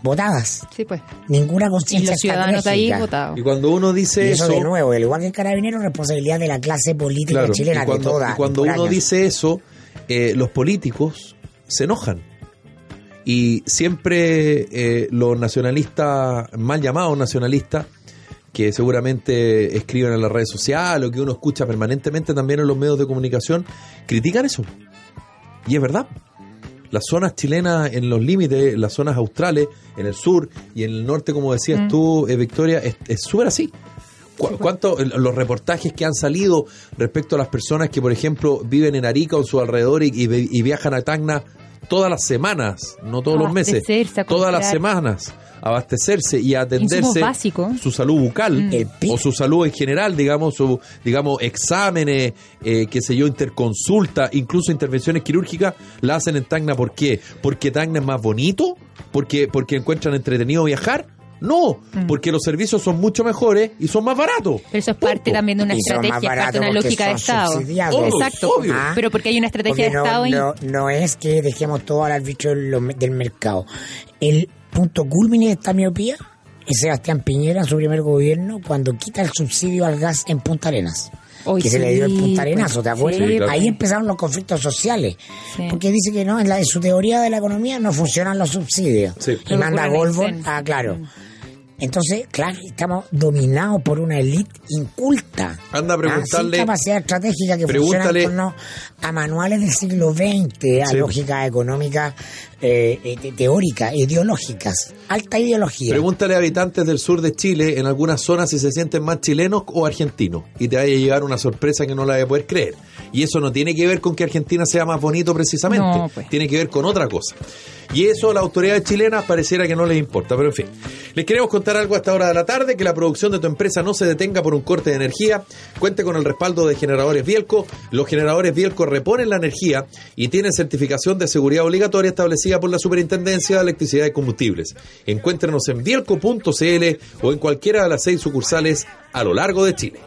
C: votadas.
B: Sí, pues.
C: Ninguna
B: Y
C: conciencia
B: los ciudadanos de ahí
C: estratégica.
B: votados.
A: Y cuando uno
C: Y
A: dice
C: eso,
A: eso,
C: de nuevo, el igual que el carabinero, responsabilidad de la clase política
A: claro,
C: chilena,
A: y cuando,
C: de toda.
A: y cuando
C: por
A: uno
C: años.
A: dice eso, eh, los políticos se enojan. Y siempre eh, los nacionalistas, mal llamados nacionalistas, que seguramente escriben en las redes sociales o que uno escucha permanentemente también en los medios de comunicación, critican eso. Y es verdad. Las zonas chilenas en los límites, las zonas australes, en el sur y en el norte, como
B: Mm.
A: decías tú, eh, Victoria, es es súper así. ¿Cu- ¿Cuánto los reportajes que han salido respecto a las personas que, por ejemplo, viven en Arica o en su alrededor y, y vi- y viajan a Tacna todas las semanas, no todos los meses,
B: Abastecerse, a
A: todas las
B: comprar.
A: semanas, abastecerse y
B: Insumos
A: atenderse
B: básicos.
A: su salud bucal
C: Mm. El pic.
A: o su salud en general, digamos, su, digamos exámenes, eh, qué sé yo, interconsulta, incluso intervenciones quirúrgicas, la hacen en Tacna. ¿Por qué? ¿Porque Tacna es más bonito? ¿Porque, porque encuentran entretenido viajar? No, porque los servicios son mucho mejores y son más baratos.
B: Pero eso es
A: Punto.
B: parte también de una
C: Y son más
B: estrategia, es parte de una
C: baratos porque
B: lógica de
C: son
B: Estado.
C: subsidiados.
B: Exacto.
A: Obvio.
C: Ah.
B: Pero porque hay una estrategia
C: Porque
B: de Estado y
C: no, no, no es que dejemos todo al arbitrio de lo- del mercado. El punto culmine de esta miopía es Sebastián Piñera en su primer gobierno cuando quita el subsidio al gas en Punta Arenas.
B: Hoy
C: que se
B: sí,
C: le dio en Punta
B: pues,
C: Arenas, ¿te acuerdas?
B: sí,
A: claro.
C: Ahí empezaron los conflictos sociales.
B: Sí.
C: Porque dice que no, en, la, en su teoría de la economía no funcionan los subsidios.
A: Sí.
C: Y
B: Lo
C: manda a
B: popularicen.
C: Volvo a,
B: Mm.
C: claro. Entonces, claro, estamos dominados por una élite inculta.
A: Anda a
C: Ah,
A: preguntarle-
C: sin capacidad estratégica que
A: Pregúntale-
C: funciona en torno a manuales del siglo XX, a
A: Sí.
C: lógicas económicas, eh, eh, te- teóricas, ideológicas, alta ideología.
A: Pregúntale a habitantes del sur de Chile en algunas zonas si se sienten más chilenos o argentinos y te vaya a llegar una sorpresa que no la vas a poder creer. Y eso no tiene que ver con que Argentina sea más bonito precisamente,
B: No, pues.
A: tiene que ver con otra cosa. Y eso a las autoridades chilenas pareciera que no les importa, pero en fin. Les queremos contar algo a esta hora de la tarde, que la producción de tu empresa no se detenga por un corte de energía, cuente con el respaldo de generadores Bielco, los generadores Bielco reponen la energía y tienen certificación de seguridad obligatoria establecida por la Superintendencia de Electricidad y Combustibles. Encuéntrenos en bielco.cl o en cualquiera de las seis sucursales a lo largo de Chile.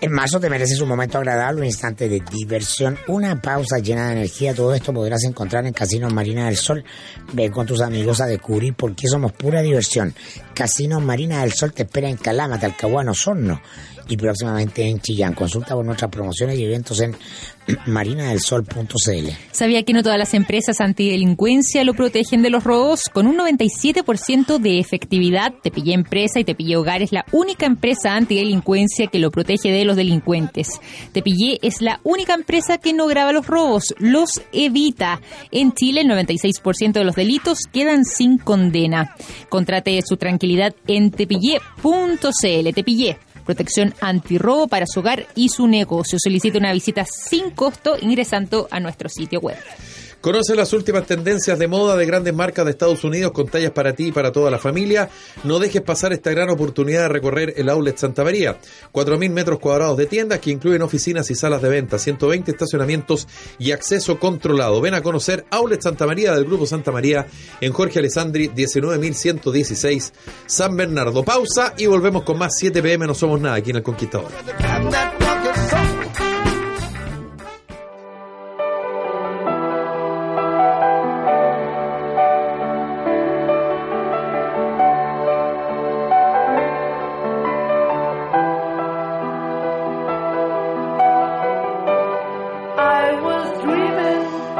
C: En marzo te mereces un momento agradable, un instante de diversión, una pausa llena de energía. Todo esto podrás encontrar en Casino Marina del Sol. Ven con tus amigos a descubrir por qué somos pura diversión. Casino Marina del Sol te espera en Calama, Talcahuano, Osorno y próximamente en Chillán. Consulta por nuestras promociones y eventos en marinadelsol.cl.
B: ¿Sabía que no todas las empresas antidelincuencia lo protegen de los robos? Con un 97% de efectividad, Tepillé Empresa y Tepillé Hogar es la única empresa antidelincuencia que lo protege de los los delincuentes. Tepillé es la única empresa que no graba los robos, los evita. En Chile, el 96% de los delitos quedan sin condena. Contrate su tranquilidad en tepillé.cl. Tepillé. Protección antirrobo para su hogar y su negocio. Solicite una visita sin costo ingresando a nuestro sitio web.
A: Conoce las últimas tendencias de moda de grandes marcas de Estados Unidos con tallas para ti y para toda la familia. No dejes pasar esta gran oportunidad de recorrer el Outlet Santa María. 4.000 metros cuadrados de tiendas que incluyen oficinas y salas de venta, 120 estacionamientos y acceso controlado. Ven a conocer Outlet Santa María del Grupo Santa María en Jorge Alessandri 19.116 San Bernardo. Pausa y volvemos con más 7 pm. No somos nada aquí en El Conquistador.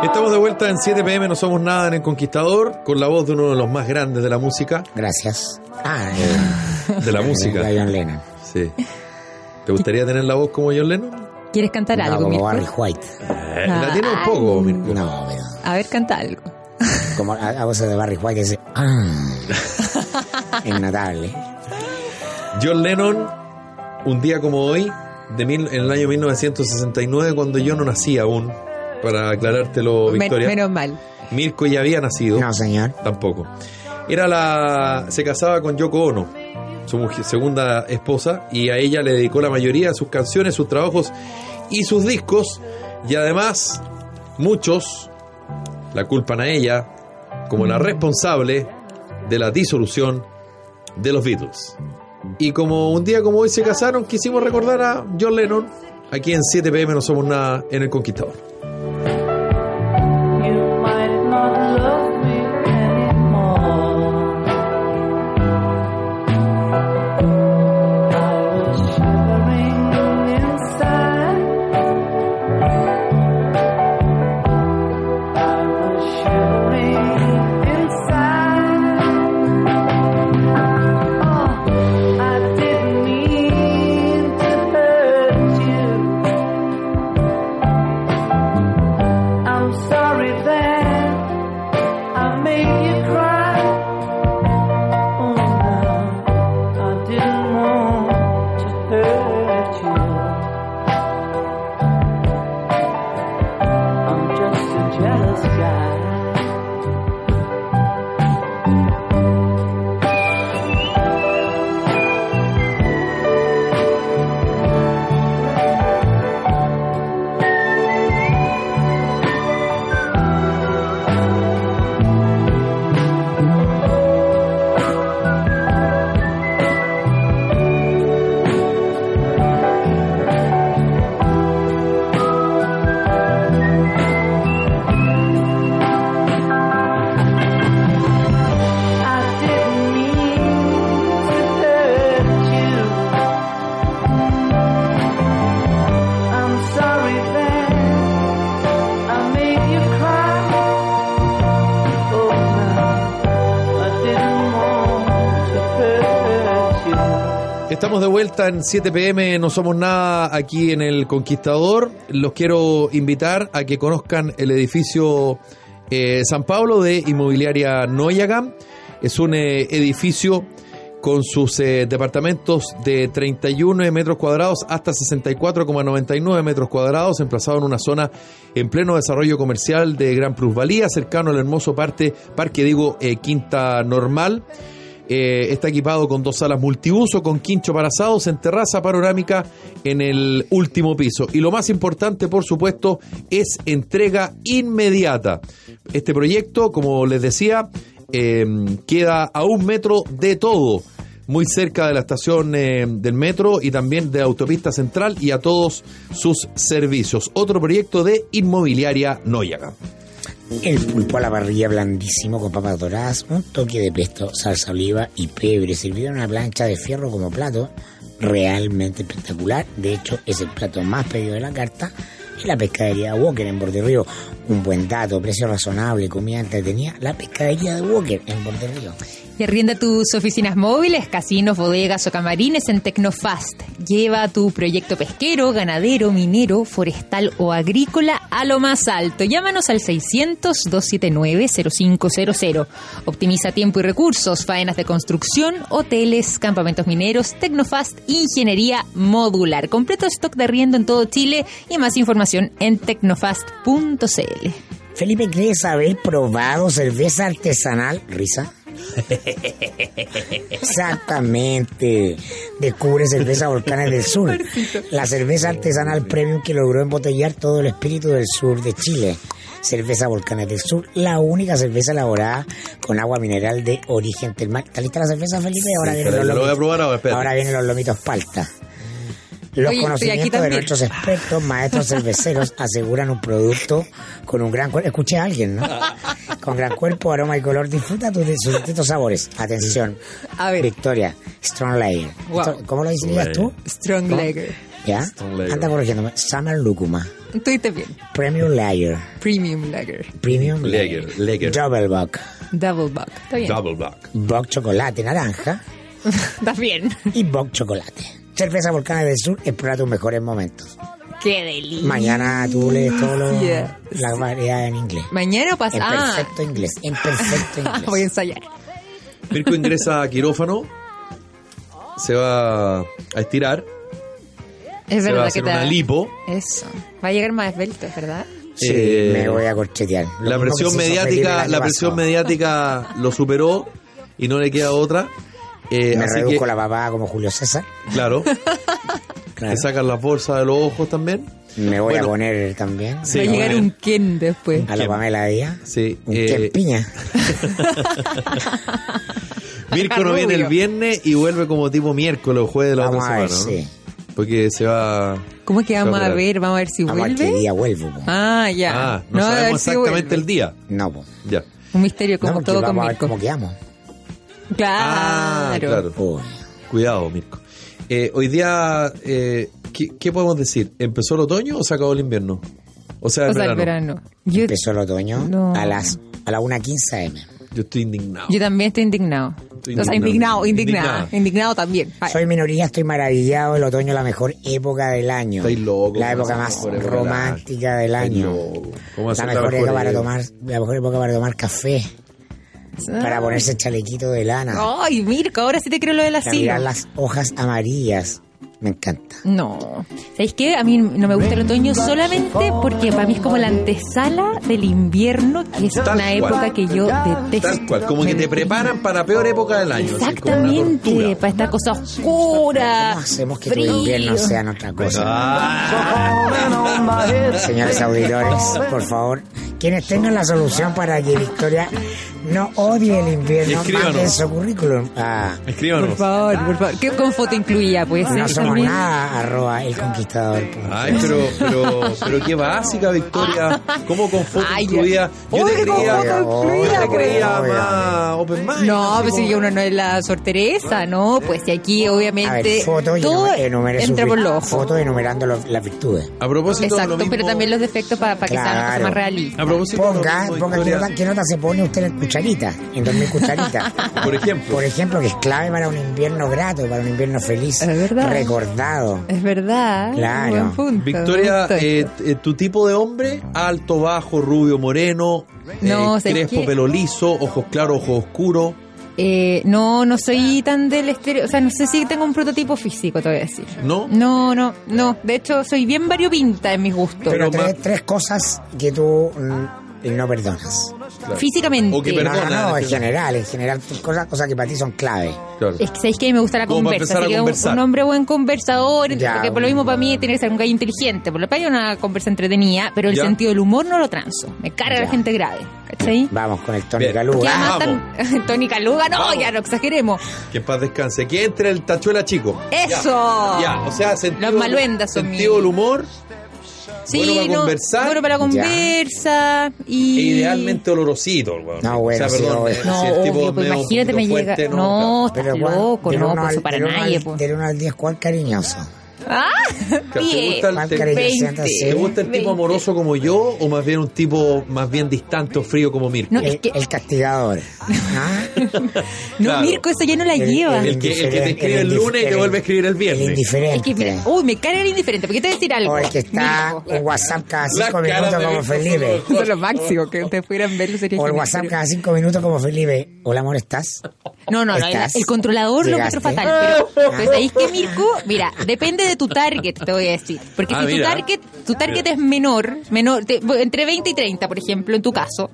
A: Estamos de vuelta en 7 pm. No somos nada en El Conquistador con la voz de uno de los más grandes de la música.
C: Gracias. Ah, eh,
A: De la música.
C: John Lennon.
A: Sí. ¿Te gustaría tener la voz como John Lennon?
B: ¿Quieres cantar
C: No,
B: algo,
C: como
B: Mirko?
C: Barry White.
A: Eh,
B: Ah,
A: la tiene un poco, Mirko.
C: No, pero
B: A ver, canta algo.
C: como a, a voz de Barry White ese. Ah, es notable.
A: John Lennon, un día como hoy, de mil- en el año 1969, cuando yo no nací aún, para aclarártelo,
B: Men-
A: Victoria.
B: menos mal.
A: Mirko ya había nacido.
C: No, señor.
A: Tampoco. Era la. Se casaba con Yoko Ono, su mujer- segunda esposa, y a ella le dedicó la mayoría de sus canciones, sus trabajos y sus discos. Y además, muchos la culpan a ella como la responsable de la disolución de los Beatles. Y como un día como hoy se casaron, quisimos recordar a John Lennon. Aquí en 7 pm no somos nada en El Conquistador.
D: You might not love me anymore. I was shivering inside. I was shivering inside. Oh, I didn't mean to hurt you. I'm sorry that I made you cry. Oh no, I didn't want to hurt you. I'm just a jealous guy. I didn't mean to hurt you. I'm sorry that I made you cry. Oh no, I didn't want to hurt you.
A: Estamos de vuelta en 7 pm, no somos nada aquí en El Conquistador. Los quiero invitar a que conozcan el edificio eh, San Pablo de Inmobiliaria Noyagam. Es un eh, edificio con sus eh, departamentos de 31 metros cuadrados hasta 64,99 metros cuadrados, emplazado en una zona en pleno desarrollo comercial de gran plusvalía, cercano al hermoso parte, parque, digo, eh, Quinta Normal. Eh, está equipado con dos salas multiuso, con quincho para asados, en terraza panorámica en el último piso. Y lo más importante, por supuesto, es entrega inmediata. Este proyecto, como les decía, eh, queda a un metro de todo. Muy cerca de la estación eh, del metro y también de Autopista Central y a todos sus servicios. Otro proyecto de Inmobiliaria Noyaga.
C: El pulpo a la parrilla blandísimo con papas doradas, un toque de pesto, salsa oliva y pebre, servido en una plancha de fierro como plato, realmente espectacular. De hecho, es el plato más pedido de la carta. Y la pescadería de Walker en Borde Río, un buen dato, precio razonable, comida entretenida. La pescadería de Walker en Borde Río.
B: Y arrienda tus oficinas móviles, casinos, bodegas o camarines en Tecnofast. Lleva tu proyecto pesquero, ganadero, minero, forestal o agrícola a lo más alto. Llámanos al 600-279-0500. Optimiza tiempo y recursos, faenas de construcción, hoteles, campamentos mineros, Tecnofast, ingeniería modular. Completo stock de arriendo en todo Chile y más información en tecnofast.cl.
C: Felipe, ¿crees haber probado cerveza artesanal? ¿Risa? Exactamente. Descubre cerveza Volcanes del Sur. La cerveza artesanal premium que logró embotellar todo el espíritu del sur de Chile. Cerveza Volcanes del Sur, la única cerveza elaborada con agua mineral de origen termal. ¿Está lista la cerveza, Felipe? Ahora
A: Sí,
C: vienen los
A: pero yo lo voy a
C: lomitos.
A: probar ahora, espérate.
C: Ahora vienen los lomitos palta. Los
B: Oye, estoy aquí
C: conocimientos de
B: también.
C: nuestros expertos, maestros cerveceros, aseguran un producto con un gran cuerpo. Escuché a alguien, ¿no? Con gran cuerpo, aroma y color. Disfruta tus- de sus distintos sabores. Atención.
B: A ver.
C: Victoria, Strong Lager.
B: Wow.
C: Esto- ¿Cómo lo dirías tú?
B: Strong Lager.
C: ¿Ya?
A: Strong Lager.
C: Anda corrigiéndome. Summer Lúcuma.
B: Tuviste bien.
C: Premium Lager.
B: Premium Lager.
C: Premium
A: Lager, Lager.
C: Double Buck.
B: Double Buck. Está bien.
A: Double back.
C: Buck Chocolate Naranja.
B: Está bien.
C: Y Buck Chocolate. Cerveza Volcana del Sur, explora tus mejores momentos.
B: Qué delicia.
C: Mañana tú lees todo lo,
B: Yeah.
C: la variedad en inglés.
B: Mañana
C: En
B: pasa. Ah,
C: perfecto inglés, en perfecto inglés.
B: voy a ensayar.
A: Mirko ingresa a quirófano, se va a estirar,
B: Es
A: se va
B: verdad
A: a
B: que
A: hacer
B: te
A: una
B: da-
A: lipo.
B: Eso. Va a llegar más esbelto, es verdad.
C: Sí,
A: Eh,
C: me voy a corchetear. Lo
A: La
C: mismo que
A: presión
C: se hizo Felipe el
A: mediática,
C: año
A: la presión
C: pasado.
A: mediática lo superó y no le queda otra. Eh,
C: Me
A: así
C: reduzco
A: que,
C: la papada como Julio César.
A: Claro,
C: Claro.
A: le sacan las bolsas de los ojos también.
C: Me voy
A: Bueno.
C: a poner también
A: Sí,
B: va a llegar
A: bueno.
B: un Ken después.
C: a la
A: Ken.
C: Pamela Díaz.
A: Sí,
C: Un
A: eh,
C: Ken piña.
A: Mirko no viene el
B: Rubio.
A: viernes y vuelve como tipo miércoles o jueves de la
C: Vamos
A: otra
C: a ver,
A: semana, ¿no?
C: sí.
A: Porque se va.
B: ¿Cómo es que vamos
A: Sobre-
B: a ver? Vamos a ver si
C: Vamos a ver qué
B: vuelve.
C: día vuelvo. po.
B: Ah, ya.
A: Ah, no
B: a ver
A: sabemos
B: si
A: exactamente
B: vuelve.
A: el día.
C: No, pues.
A: Ya.
B: Un misterio
C: No,
B: como
C: porque
B: todo
C: vamos
B: con
C: a ver
B: Mirko.
C: cómo quedamos.
A: Ah,
B: Claro.
A: claro.
C: Uy.
A: Cuidado, Mirko. Eh, hoy día, eh, ¿qué, qué podemos decir? ¿Empezó el otoño o se acabó el invierno? O sea, el,
B: O sea, el
A: verano.
B: verano. Yo,
C: Empezó el otoño
B: No.
C: a las a la 1.15 am.
A: Yo estoy indignado.
B: yo también estoy indignado.
A: Estoy
B: o sea,
A: indignado.
B: indignado, indignada.
A: Indignada.
B: Indignado también. Ay,
C: Soy minoría, estoy maravillado. El otoño es la mejor época del año.
A: Estáis locos.
C: La
A: ¿cómo
C: época
A: hacen
C: más
A: mejor época
C: romántica del
A: Estáis
C: año.
A: locos. ¿Cómo
C: La
A: hacen
C: mejor, época para
A: época?
C: tomar, la mejor época para tomar café, para ponerse chalequito de lana,
B: Ay, Mirko, ahora sí te creo lo de la
C: para mirar
B: silla.
C: las hojas amarillas. Me encanta.
B: No. ¿Sabéis qué? A mí no me gusta el otoño solamente porque para mí es como la antesala del invierno, que es
A: Tal
B: una
A: cual.
B: época que yo detesto.
A: Tal cual, como que te preparan para la peor época del año. así, como una
B: Exactamente,
A: tortura.
B: para esta cosa oscura.
C: ¿Cómo hacemos que
B: Ah, frío.
C: tu invierno sean otra cosa?
A: Ah.
C: Señores auditores, por favor, quienes tengan la solución para que Victoria no odie el invierno,
A: Escríbanos.
C: manden su currículum a
B: Por
A: Escríbanos.
B: favor, por favor. ¿Qué con foto incluía? Pues
C: no
B: ¿eh?
C: somos
B: También.
C: nada, arroba el conquistador.
A: Ay, pero, pero, pero qué básica, Victoria. ¿Cómo con foto
B: Ay,
A: incluida? Yo te
B: oye, con
A: creía,
C: foto
A: yo te
C: incluida,
A: creía
C: pues.
A: más open mind.
B: No,
A: así
B: pues
A: como-
B: si uno no es la sorteresa, ¿no? Pues y aquí
C: A ver,
B: obviamente
C: foto y
B: Este, todo
C: enumere- enumere sus
B: entra por
C: vi-
B: los ojos.
C: foto enumerando los- las virtudes.
A: A propósito, de
B: Exacto,
A: lo mismo-
B: pero también los defectos para, para que sea una cosa
C: Claro.
B: más realista.
A: A propósito, de lo
C: Ponga,
A: mismo,
C: ponga qué
A: Victoria,
C: nota, qué nota se pone usted en cucharita, en dormir cucharita.
A: Por ejemplo.
C: Por ejemplo, que es clave para un invierno grato, para un invierno feliz.
B: Es verdad.
C: Recordado.
B: Es verdad.
C: Claro.
B: Buen punto.
A: Victoria,
B: Justo.
A: eh, eh, tu tipo de hombre, alto, bajo, rubio, moreno, eh,
B: No, ¿sabes
A: crespo,
B: qué?
A: pelo liso, ojos claros, ojos oscuros.
B: Eh, no, no soy tan del estéreo. O sea, no sé si tengo un prototipo físico, te voy a decir.
A: ¿No?
B: No, no, no. De hecho, soy bien variopinta en mis gustos.
C: Pero
A: Pero
C: tres,
A: más-
C: tres cosas que tú mm, no perdonas.
B: Físicamente.
A: O que
C: No, no,
A: perdona.
C: no, en
A: es que-
C: general, en general, tres cosas, cosas que para ti son clave.
A: claro.
B: Es que sabéis que a mí me gusta la
A: Como para
B: conversa,
A: empezar
B: así
A: a
B: que un,
A: conversar.
B: un hombre buen conversador,
C: Ya,
B: porque por lo
C: un-
B: mismo para mí tiene que ser un gallo inteligente, por lo que hay una conversa entretenida, pero el
A: Ya.
B: sentido del humor no lo transo. Me carga
C: Ya.
B: la gente grave, ¿cachai?
C: Vamos con el Tony Ah,
A: Bien.
B: Que
C: Caluga.
B: además tan- Tony Caluga, no,
A: Vamos.
B: ya no exageremos.
A: Que en paz descanse. Que entre el tachuela chico.
B: ¡Eso!
A: Ya, o sea, sentido,
B: Los maluendas son
A: sentido
B: mi-
A: del humor,
B: Sí,
A: bueno para
B: no,
A: conversar.
B: bueno para la conversa y...
A: e idealmente olorosito. el weón.
C: No, bueno,
A: o sea,
C: sí,
A: perdón,
C: obvio.
A: eh,
B: No,
A: si el tipo
B: obvio, pues
A: es medio
B: imagínate
A: un
B: me
A: poquito
B: llega...
A: fuerte,
B: no, estás
C: Juan,
B: loco,
C: del
B: no,
C: uno
B: pues
C: al-
B: eso para
C: del uno
B: nadie,
C: al-
B: pues.
C: Del 1 al 10, ¿cuál cariñoso?
B: Ah,
A: ¿Te gusta el-
C: Marca
A: te-
C: de
B: 20.
C: 60, sí.
A: ¿Te gusta el tipo
B: 20.
A: amoroso como yo o más bien un tipo más bien distante o frío como Mirko?
B: No,
C: El,
B: es que-
C: el castigador. ¿Ah?
B: No,
A: Claro.
B: Mirko, eso ya no la
C: El-
B: lleva.
A: El que, el que te escribe el lunes y te vuelve a escribir el
C: El
A: viernes.
B: Es que,
C: indiferente.
B: mira, uy, me pues, carga el indiferente. porque te voy a decir algo?
C: O el que está
B: Mirko.
C: un WhatsApp cada cinco
A: Las caras
C: minutos
A: de
C: como
A: Víctor
C: Felipe.
A: Hugo.
B: Eso es lo máximo que ustedes pudieran verlo. Sería
C: O el
B: genial,
C: WhatsApp
B: pero-
C: cada cinco minutos como Felipe. Hola, amor, ¿estás?
B: No, no, no. El,
C: ¿Estás?
B: el controlador lo encuentro
C: ¿Llegaste?
B: fatal. Pero, pero sabéis que Mirko, mira, depende de tu target, te voy a decir. Porque
A: Ah,
B: si
A: mira.
B: tu target, tu target es menor, menor te- entre 20 y 30, por ejemplo, en tu caso,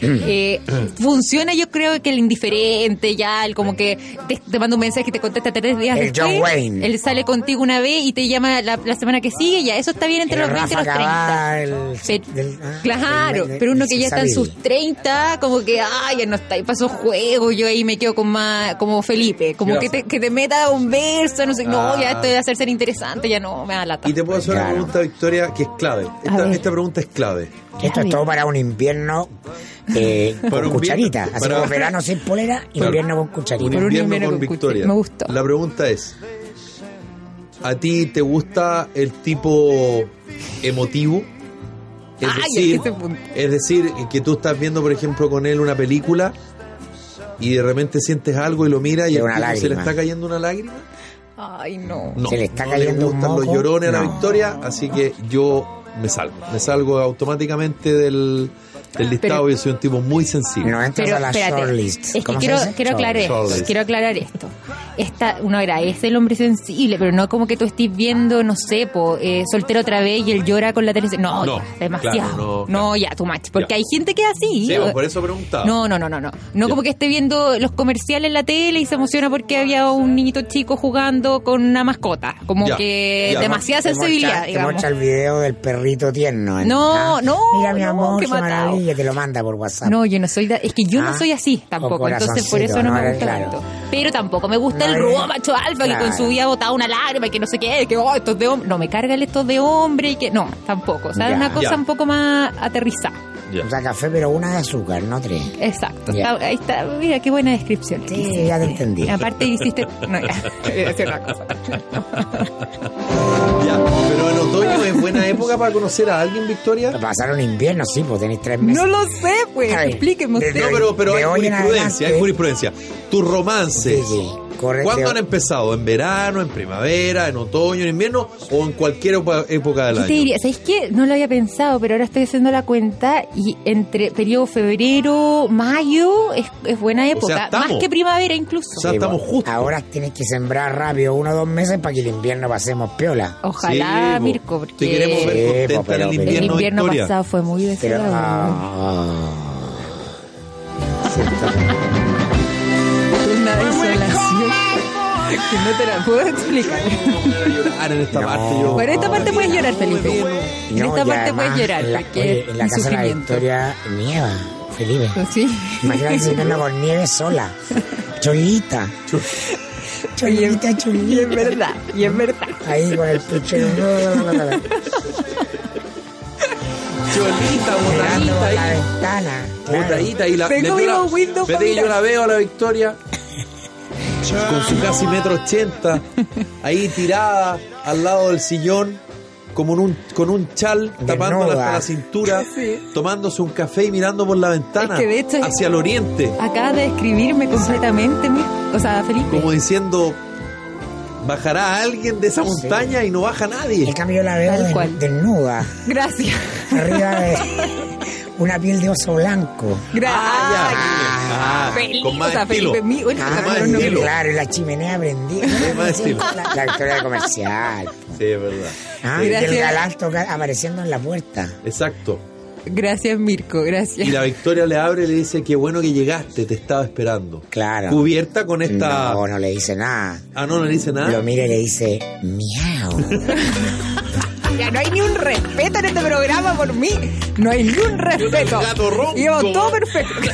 B: eh, funciona yo creo que el indiferente, ya, el como que te, te manda un mensaje y te contesta tres días
C: El
B: después.
C: John Wayne.
B: Él sale contigo una vez y te llama la, la semana que sigue, ya. Eso está bien entre
C: El
B: los 20 y los
C: Rafa
B: 30.
C: Cabal,
B: Pero-
C: el- del- ah,
B: claro,
C: del- del-
B: pero uno
C: del
B: que ya está en
C: Sabil.
B: sus 30, como que, ay, ya no está, y pasó juego, yo ahí me quedo con más, como Felipe, como que te, que te meta un verso, no sé,
A: Ah.
B: no, ya esto de hacer ser interesante, ya no, me da lata.
A: Y te puedo hacer una
C: Claro.
A: pregunta, Victoria, que es clave. Esta,
B: ver.
A: esta pregunta es clave.
C: Esto es todo para un invierno eh,
A: Para
C: con
A: un
C: cucharita.
A: invierno-
C: Así
A: para-
C: como verano sin polera,
A: Claro.
C: invierno con
A: Un
C: cucharita.
B: Por un
A: invierno
B: invierno
A: con
B: con
A: Victoria.
B: cuchillo. Me gustó.
A: La pregunta es, ¿a ti te gusta el tipo emotivo? Es
B: Ay,
A: decir,
B: es que ese punto.
A: es decir, que tú estás viendo, por ejemplo, con él una película y de repente sientes algo y lo miras y
C: Y
A: al
C: una
A: tipo se le
C: lágrima.
A: está cayendo una lágrima.
B: Ay, no.
A: No,
C: Se le está
A: no
C: cayendo un
A: gustan los
C: moco.
A: llorones a la
C: No.
A: victoria, así que yo me salgo. Me salgo automáticamente del, del listado.
B: Pero-
A: yo soy un tipo muy sensible.
C: No entras
B: Pero
C: a la
B: espérate,
C: shortlist.
B: es que
C: ¿Cómo se
B: quiero,
C: dice?
B: quiero aclarar
C: Shortlist.
B: esto,
A: Shortlist.
B: quiero aclarar esto. Esta, uno agradece el hombre sensible, pero no como que tú estés viendo, no sé, po, eh, soltero otra vez y él llora con la televisión. No,
A: No,
B: ya, demasiado.
A: claro, no,
B: no, ya, too much. Porque
A: Ya.
B: hay gente que es así.
A: Sí,
B: eh,
A: pues, por eso preguntaba.
B: No, no, no, no, no. No
A: Ya.
B: como que esté viendo los comerciales en la tele y se emociona porque había un niñito chico jugando con una mascota. Como
A: Ya,
B: que
A: ya.
B: demasiada
C: Te
B: sensibilidad,
C: muestra- Te
B: digamos.
C: muestra el video del perrito tierno. ¿eh?
B: No,
C: Ah,
B: no,
C: Mira, mi
B: no,
C: amor,
B: qué
C: qué
B: matado.
C: maravilla. Te lo manda por WhatsApp.
B: No, yo no soy, da- es que yo
C: Ah,
B: no soy así
C: o
B: tampoco,
C: corazoncito,
B: entonces por eso no,
C: no, eh,
B: me gusta
C: claro.
B: tanto. Pero tampoco me gusta
C: No,
B: el
C: eh,
B: rubo macho alfa que
C: claro.
B: con su vida botaba una lágrima y que no sé qué, que oh, estos de hombre, no me carga el estos de hombre y que no, tampoco, o sea,
C: Ya.
B: una cosa
A: Ya.
B: un poco más aterrizada.
A: Ya.
C: O sea, café, pero una de azúcar, no tres.
B: Exacto.
C: Ya.
B: Está- ahí está, mira qué buena descripción.
C: Sí, ya te entendí.
B: Aparte hiciste no, ya, voy a decir otra cosa.
A: Ya, Pero en otoño es buena época para conocer a alguien, Victoria.
C: Pasaron invierno, sí, pues tenéis tres meses.
B: No lo sé, pues,
C: Ay,
B: explíqueme
C: de-
B: usted.
A: No, pero, pero
C: de
A: hay
C: hoy en
A: jurisprudencia, hay
C: adelante.
A: jurisprudencia. Tu romance,
C: Sí, sí, correcto.
A: ¿cuándo han empezado? ¿En verano, en primavera, en otoño, en invierno o en cualquier opa- época del
B: Yo te
A: año?
B: diría, ¿sabes qué? No lo había pensado, pero ahora estoy haciendo la cuenta y entre periodo febrero, mayo es, es buena época.
A: sea, estamos.
B: Más que primavera incluso.
A: O sea,
C: Sí,
A: estamos
C: pues,
A: justo.
C: Ahora tienes que sembrar rápido uno o dos meses para que el invierno pasemos piola.
B: Ojalá,
A: Sí, po.
B: Mirko,
A: Te queremos ver
C: Sí,
B: porque
C: po,
A: contenta
C: pero-
A: en el
C: pero-
B: el
A: invierno,
B: invierno
A: Victoria.
B: pasado fue muy
C: Pero.
B: deseado.
C: ah,
B: Una desolación que no te la puedo explicar.
A: Ah, en esta
C: No.
A: parte yo-
B: Pero esta parte puedes llorar, Felipe. En
C: no,
B: esta
C: y
B: parte
C: además,
B: puedes llorar.
C: En la,
B: porque
C: oye, en la
B: mi
C: casa de la
B: sufrimiento.
C: Victoria nieva, Felipe.
B: Sí.
C: Imagínate si invierno con nieve sola. Cholita. Cholita,
B: Y es
C: cholita.
B: verdad, y es verdad.
C: Ahí con el puchero.
A: Cholita, botadita
C: Mirando por la
A: ahí.
C: ventana. Claro.
A: Botadita y la.
B: Tengo
A: yo
B: mi
A: la-
B: Windows
A: vete que yo
B: familiar.
A: la veo a la Victoria. con su casi metro ochenta. Ahí tirada al lado del sillón. Como en un, con un chal tapándola hasta la cintura,
B: Sí.
A: tomándose un café y mirando por la ventana
B: Es que de hecho es-
A: hacia el oriente,
B: Acabas de describirme completamente, Mir- o sea, Felipe.
A: como diciendo: bajará alguien de esa montaña y no baja nadie.
C: En cambio yo la veo
B: Tal
C: des-
B: cual.
C: desnuda.
B: Gracias.
C: Arriba de una piel de oso blanco.
B: Gracias.
A: Ah, ya. Ah,
B: Feliz,
A: con más
B: o sea,
A: estilo.
B: Felipe, mi- bueno,
C: Ah,
A: más
B: no, no,
A: estilo.
C: claro, y la chimenea prendida.
A: Sí, más estilo.
C: La, la victoria comercial.
A: Sí, es verdad.
C: Ah,
B: Sí.
C: y el
B: Gracias.
C: galán toca- apareciendo en la puerta.
A: Exacto.
B: Gracias, Mirko, gracias.
A: Y la Victoria le abre y le dice, qué bueno que llegaste, te estaba esperando.
C: Claro.
A: Cubierta con esta...
C: No, no le dice nada.
A: Ah, no, no le dice nada.
C: Lo mira y le dice, miau.
B: Ya no hay ni un respeto en este programa por mí. No hay ni un respeto.
A: gato ronco.
B: Llevo todo perfecto.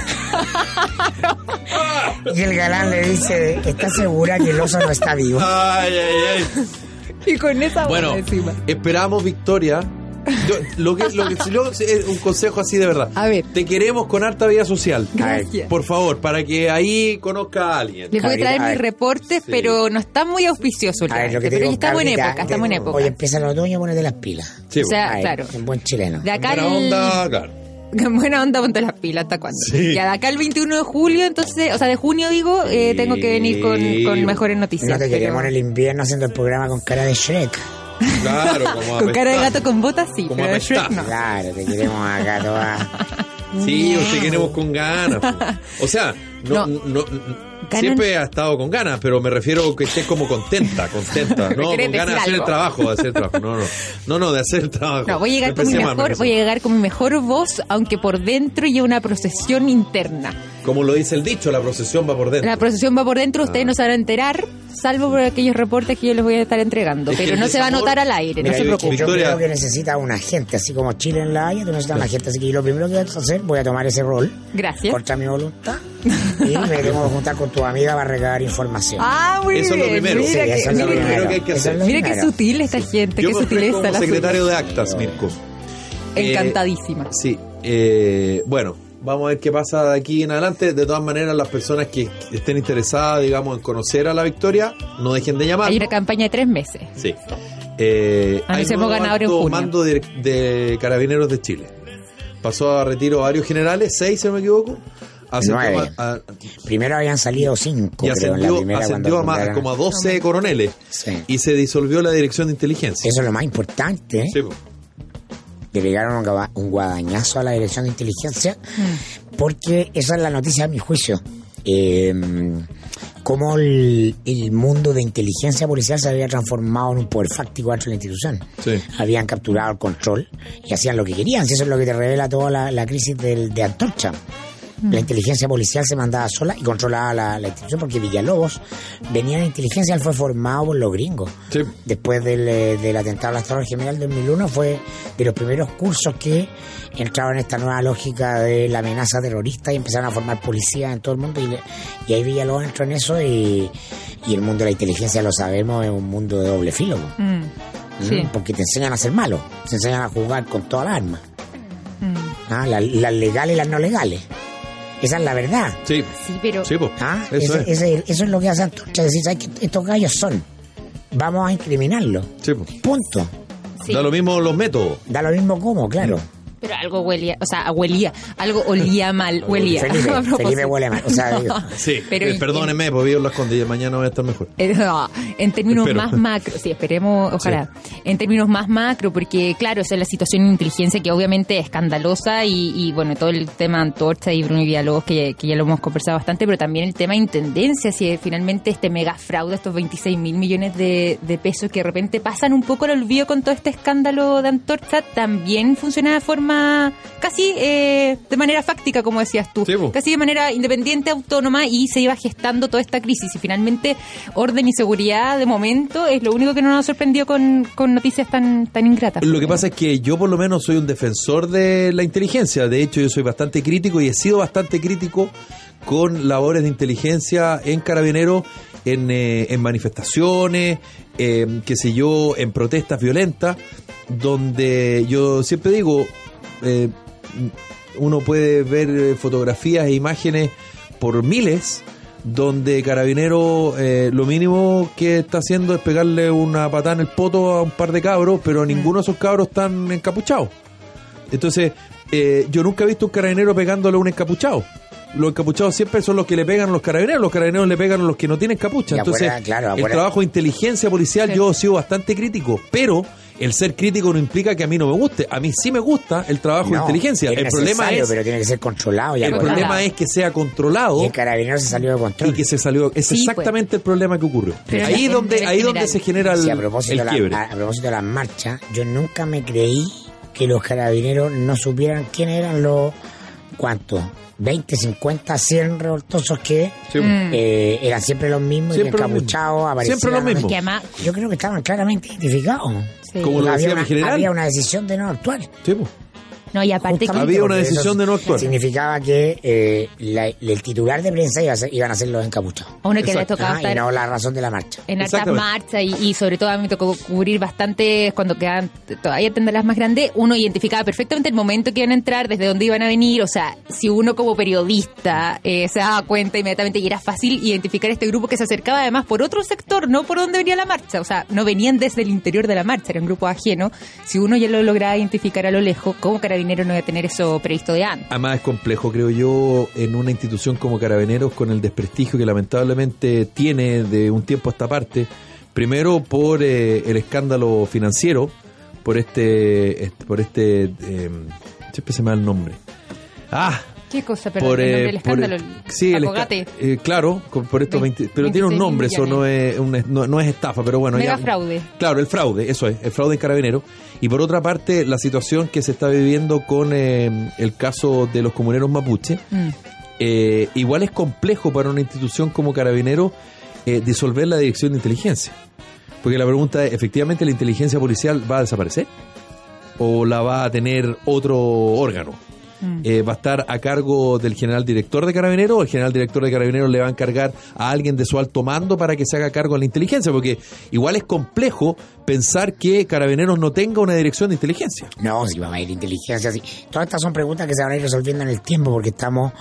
C: Y el galán le dice, ¿estás segura que el oso no
B: Ah,
C: está vivo?
A: Ay, ay, ay.
B: Y con esa voz
A: Bueno,
B: encima.
A: esperamos, Victoria, Yo- lo que, lo que si lo- si es un consejo así de verdad.
B: A ver.
A: Te queremos con harta vida social.
B: Gracias.
A: Por favor, para que ahí conozca a alguien.
B: Les voy a
C: Cabri-
B: traer
C: a
B: mis
C: ver.
B: reportes,
A: Sí.
B: pero no está muy auspicioso el
C: A ver, lo que
B: reporte,
C: te
B: pero ya
C: digo,
B: estamos en
C: Carlita,
B: época, estamos en
C: te-
B: época.
C: Hoy empieza el otoño, ponete las pilas.
A: Sí,
B: o sea,
C: A ver,
B: claro.
C: Un buen chileno.
B: De acá
A: buena
B: al-
A: onda, claro.
B: Buena onda, ponte las pilas, ¿hasta cuándo?
A: Sí.
B: Ya de acá el 21 de julio, entonces, o sea, de junio digo, eh,
A: Sí.
B: tengo que venir con, con mejores noticias.
C: No te
B: pero-
C: queremos en el invierno haciendo el programa con cara de Shrek.
A: Claro, como
B: Con cara de
A: apestar.
B: gato con botas, sí,
A: Como
B: pero de Shrek
A: apestar.
B: no.
C: Claro, te queremos acá toda.
A: Sí, o te queremos con ganas. po. O sea, no,
B: No.
A: no-
B: Ganan-
A: siempre ha estado con ganas, pero me refiero que estés como contenta, contenta. No,
B: querés
A: con ganas de
B: decir
A: hacer el
B: algo.
A: trabajo, de hacer el trabajo. No, no, no, no de hacer el trabajo.
B: No, voy a llegar con mi
A: Empecé mal,
B: mejor,
A: empecé
B: voy a
A: mal.
B: llegar con mi mejor voz, aunque por dentro lleva una procesión interna.
A: Como lo dice el dicho, la procesión va por dentro.
B: La procesión va por
A: Ah.
B: dentro, ustedes no se van a enterar, salvo por aquellos reportes que yo les voy a estar entregando,
A: Es que
B: pero
A: el
B: no se va a
A: desamor-
B: notar al aire, no
A: Mira,
B: se
A: yo-
B: preocupen.
C: Yo
A: Victoria.
C: creo que necesita un agente, así como Chile en la Haya, tú necesitas un agente. Así que yo lo primero que voy a hacer, voy a tomar ese rol
B: Gracias.
C: contra mi voluntad y me tengo que juntar con tu amiga para recabar información.
B: Ah, muy
A: Eso es lo
B: bien.
A: primero.
B: Mira
A: Sí,
B: que,
A: eso es lo
B: mira que-
A: primero que hay que
C: Eso es
A: hacer.
C: lo
B: mira que
C: primero.
B: sutil esta gente,
A: Yo
B: qué
A: me ofrezco
B: sutileza
A: como
B: la
A: secretario
B: suya.
A: de actas, Mirko. Eh,
B: Encantadísima.
A: Sí, eh, bueno, vamos a ver qué pasa de aquí en adelante. De todas maneras, las personas que estén interesadas, digamos, en conocer a la Victoria, no dejen de llamar.
B: Hay una campaña de tres meses.
A: Sí. Eh, hay
B: Anunciamos
A: nuevo
B: ganador en
A: alto
B: junio.
A: mando de, de Carabineros de Chile. Pasó a retiro varios generales, seis, si no me equivoco. Ascendió
C: Nueve.
A: a- a-
C: Primero habían salido cinco,
A: y
C: creo, en la
A: ascendió,
C: primera
A: ascendió
C: cuando
A: a más,
C: fundaron-
A: como a 12 coroneles.
C: Sí.
A: Y se disolvió la dirección de inteligencia.
C: Eso es lo más importante. ¿eh?
A: Sí, po.
C: le pegaron un gaba- un guadañazo a la dirección de inteligencia, porque esa es la noticia a mi juicio. Eh, cómo el, el mundo de inteligencia policial se había transformado en un poder fáctico dentro de la institución.
A: Sí.
C: Habían capturado el control y hacían lo que querían. si Eso es lo que te revela toda la, la crisis del, de Antorcha. La inteligencia policial se mandaba sola y controlaba la, la institución porque Villalobos venía de inteligencia, él fue formado por los gringos
A: Sí.
C: después del, eh, del atentado a las Torres Gemelas del 2001, fue de los primeros cursos que entraban en esta nueva lógica de la amenaza terrorista y empezaron a formar policías en todo el mundo. Y, le- y ahí Villalobos entró en eso y, y el mundo de la inteligencia, lo sabemos, es un mundo de doble filo. ¿no?
B: Mm, Sí.
C: Mm, Porque te enseñan a ser malo, te enseñan a jugar con todas las armas,
B: mm.
C: ¿ah? La- las legales y las no legales. Esa es la verdad.
A: Sí.
B: Sí, pero
A: Sí, po.
C: ¿Ah?
A: Eso
C: Ese-
A: es.
C: ese- eso es lo que hace Antorcha, decir, ¿sabes qué? Estos gallos son. Vamos a incriminarlos.
A: Sí, po.
C: Punto.
B: Sí.
A: Da lo mismo los métodos.
C: Da lo mismo cómo, claro.
B: Pero algo huelía, o sea, huelía, algo olía mal, huelía.
C: Felipe,
B: A propósito.
C: Felipe huele mal. O sea, digo,
A: Sí.
B: Pero
A: eh,
B: y-
A: perdónenme, porque vivo en las condes y mañana voy a estar mejor.
B: Eh, no, en términos
A: Espero.
B: más macro, sí, esperemos, ojalá, en términos más macro, porque claro, esa es la situación de inteligencia que obviamente es escandalosa y, y, bueno, todo el tema Antorcha y Bruno y Villalobos, que, que ya lo hemos conversado bastante, pero también el tema intendencia, si finalmente este mega fraude, estos 26 mil millones de, de pesos que de repente pasan un poco al olvido con todo este escándalo de Antorcha, también funciona de forma casi eh, de manera fáctica, como decías tú,
A: Sí, pues. po.
B: casi de manera independiente, autónoma y se iba gestando toda esta crisis. Y finalmente, orden y seguridad de momento es lo único que no nos sorprendió con, con noticias tan, tan ingratas.
A: Lo que pasa es que yo por lo menos soy un defensor de la inteligencia. De hecho, yo soy bastante crítico y he sido bastante crítico con labores de inteligencia en carabineros, en, eh, en manifestaciones, en, qué sé yo, en protestas violentas, donde yo siempre digo, eh, uno puede ver eh, fotografías e imágenes por miles donde Carabinero eh, lo mínimo que está haciendo es pegarle una patada en el poto a un par de cabros, pero ninguno de esos cabros están encapuchados. Entonces, eh, yo nunca he visto un carabinero pegándole a un encapuchado. Los encapuchados siempre son los que le pegan a los carabineros, los carabineros le pegan a los que no tienen capucha.
C: Y
A: Entonces,
C: afuera, claro,
A: el
C: afuera.
A: trabajo de inteligencia policial
B: Sí.
A: yo he sido bastante crítico, pero el ser crítico no implica que a mí no me guste. A mí sí me gusta el trabajo de
C: no,
A: inteligencia.
C: es
A: El problema
C: necesario,
A: es
C: Pero tiene que ser controlado y
A: el
B: Controlado.
C: acordado.
A: problema es que sea controlado
C: Y el carabinero se salió de
A: y
C: control.
A: que se salió. Es
B: Sí, pues.
A: exactamente el problema que ocurrió.
B: Pero
A: ahí
B: en-
A: donde,
B: en
A: ahí
B: general.
A: donde se genera el,
C: Sí, a, propósito
A: el
C: de
A: quiebre.
C: la, a, a propósito de las marchas, yo nunca me creí que los carabineros no supieran quién eran los. ¿Cuántos? 20, 50, 100 revoltosos que
A: Sí, pues.
B: Mm.
C: eh, eran siempre los mismos
A: Siempre
C: y
A: los
C: encapuchados
A: mismos.
C: aparecían.
A: Siempre los mismos.
B: que además,
C: Yo creo que estaban claramente identificados.
B: sí.
A: Como lo
C: había,
A: decía mi
C: una,
A: general.
C: había una decisión de no actuar.
A: Sí, pues.
B: No, y aparte que-
C: Justamente
A: Había una
C: porque eso
A: decisión de no actuar.
C: Significaba que eh, la- el titular de prensa iba a ser- iban a ser los encapuchados.
B: a uno que le ha
A: Exacto.
B: tocado
C: Ah, y
B: estar
C: no la razón de la marcha.
B: en altas
A: Exactamente.
B: marchas y, y sobre todo a mí me tocó cubrir bastantes cuando quedaban todavía tendelas más grandes, uno identificaba perfectamente el momento que iban a entrar, desde dónde iban a venir, o sea, si uno como periodista eh, se daba cuenta inmediatamente y era fácil identificar este grupo que se acercaba además por otro sector, no por donde venía la marcha, o sea, no venían desde el interior de la marcha, era un grupo ajeno, si uno ya lo lograba identificar a lo lejos, ¿cómo carabinero no iba a tener eso previsto de antes?
A: Además es complejo, creo yo, en una institución como Carabineros con el desprestigio que lamentablemente tiene de un tiempo a esta parte. Primero por eh, el escándalo financiero, por este, est- por este, eh, siempre se me da el nombre. Ah,
B: ¿Qué cosa? Perdón,
A: por,
B: el nombre
A: eh,
B: del
A: por,
B: escándalo,
A: eh, sí, el esca-
B: Apogate.
A: eh, claro, con- por estos
B: 20,
A: 20 pero tiene un
B: 26
A: nombre, eso no es, un- no, no es estafa, pero bueno.
B: Mega
A: ya-
B: fraude.
A: Claro, el fraude, eso es, el fraude en carabinero. Y por otra parte, la situación que se está viviendo con eh, el caso de los comuneros mapuche,
B: Mm.
A: eh, igual es complejo para una institución como carabinero eh, disolver la dirección de inteligencia. Porque la pregunta es, ¿efectivamente la inteligencia policial va a desaparecer? ¿O la va a tener otro órgano?
B: Mm.
A: Eh, ¿Va a estar a cargo del general director de Carabineros o el general director de Carabineros le va a encargar a alguien de su alto mando para que se haga cargo de la inteligencia? Porque igual es complejo pensar que Carabineros no tenga una dirección de inteligencia.
C: No, si vamos a ir inteligencia, sí. Todas estas son preguntas que se van a ir resolviendo en el tiempo porque estamos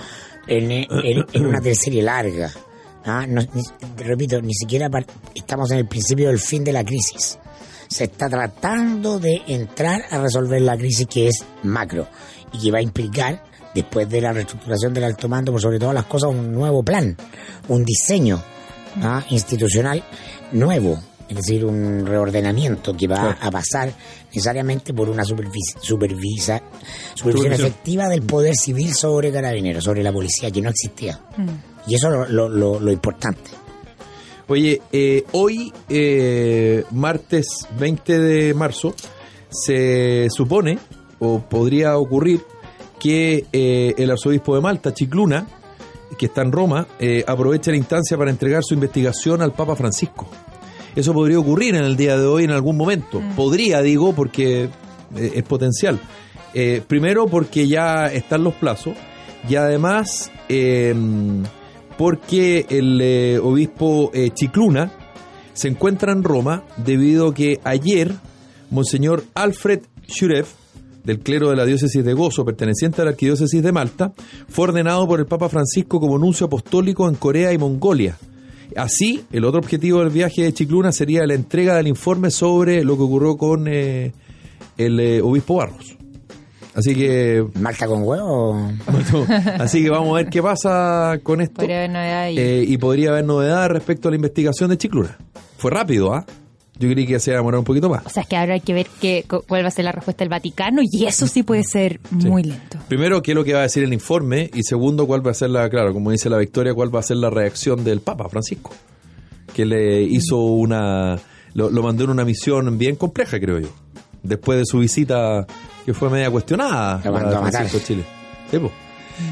C: en, en- en una tercera larga. Ah, no- ni- te repito, ni siquiera par- estamos en el principio del fin de la crisis. Se está tratando de entrar a resolver la crisis que es macro y que va a implicar, después de la reestructuración del alto mando, por sobre todas las cosas, un nuevo plan, un diseño ah, institucional nuevo, es decir, un reordenamiento que va a pasar necesariamente por una supervis- supervisa, supervisión
A: Supervisión.
C: efectiva del poder civil sobre carabineros, sobre la policía, que no existía.
B: Mm.
C: Y eso es lo, lo- lo importante.
A: Oye, eh, hoy, eh, martes 20 de marzo, se supone, o podría ocurrir, que eh, el arzobispo de Malta, Chicluna, que está en Roma, eh, aproveche la instancia para entregar su investigación al Papa Francisco. Eso podría ocurrir en el día de hoy en algún momento. Podría, digo, porque eh, es potencial. Eh, primero porque ya están los plazos y además eh, porque el eh, obispo eh, Chicluna se encuentra en Roma debido a que ayer Monseñor Alfred Shurev, del clero de la diócesis de Gozo, perteneciente a la arquidiócesis de Malta, fue ordenado por el Papa Francisco como nuncio apostólico en Corea y Mongolia. Así, el otro objetivo del viaje de Chicluna sería la entrega del informe sobre lo que ocurrió con eh, el eh, obispo Barros. Así que,
C: ¿Malta con huevo?
A: así que vamos a ver qué pasa con esto.
B: Podría haber novedad ahí.
A: Eh, y podría haber novedad respecto a la investigación de Chicluna. Fue rápido, ¿ah? Yo creí que se iba a demorar un poquito más.
B: O sea, es que ahora hay que ver qué, cu- cuál va a ser la respuesta del Vaticano y eso sí puede ser muy lento.
A: Primero, qué es lo que va a decir el informe y segundo, cuál va a ser la, claro, como dice la Victoria, cuál va a ser la reacción del Papa Francisco, que le hizo una, lo, lo mandó en una misión bien compleja, creo yo, después de su visita que fue media cuestionada
C: Lo mandó
A: para
C: a matar.
A: Francisco a Chile. Sí, po.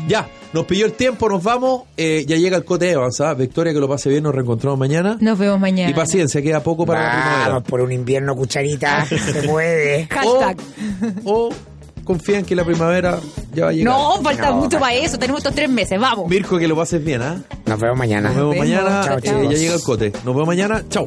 A: Ya, nos pilló el tiempo, nos vamos, eh, ya llega el Cote Evans, ¿ah? Victoria, que lo pase bien, nos reencontramos mañana.
B: Nos vemos mañana.
A: Y paciencia, queda poco para la primavera.
C: Vamos por un invierno cucharita, se puede.
B: Hashtag.
A: Oh, O, o confía en que la primavera ya va a llegar.
B: No, falta
C: No.
B: mucho para eso. Tenemos estos tres meses. Vamos.
A: Mirko, que lo pases bien, ¿ah?
C: Nos vemos mañana.
A: Nos vemos
B: vemos.
A: mañana.
C: Chao,
A: Eh,
C: chicos.
A: ya llega el cote. Nos vemos mañana. Chao.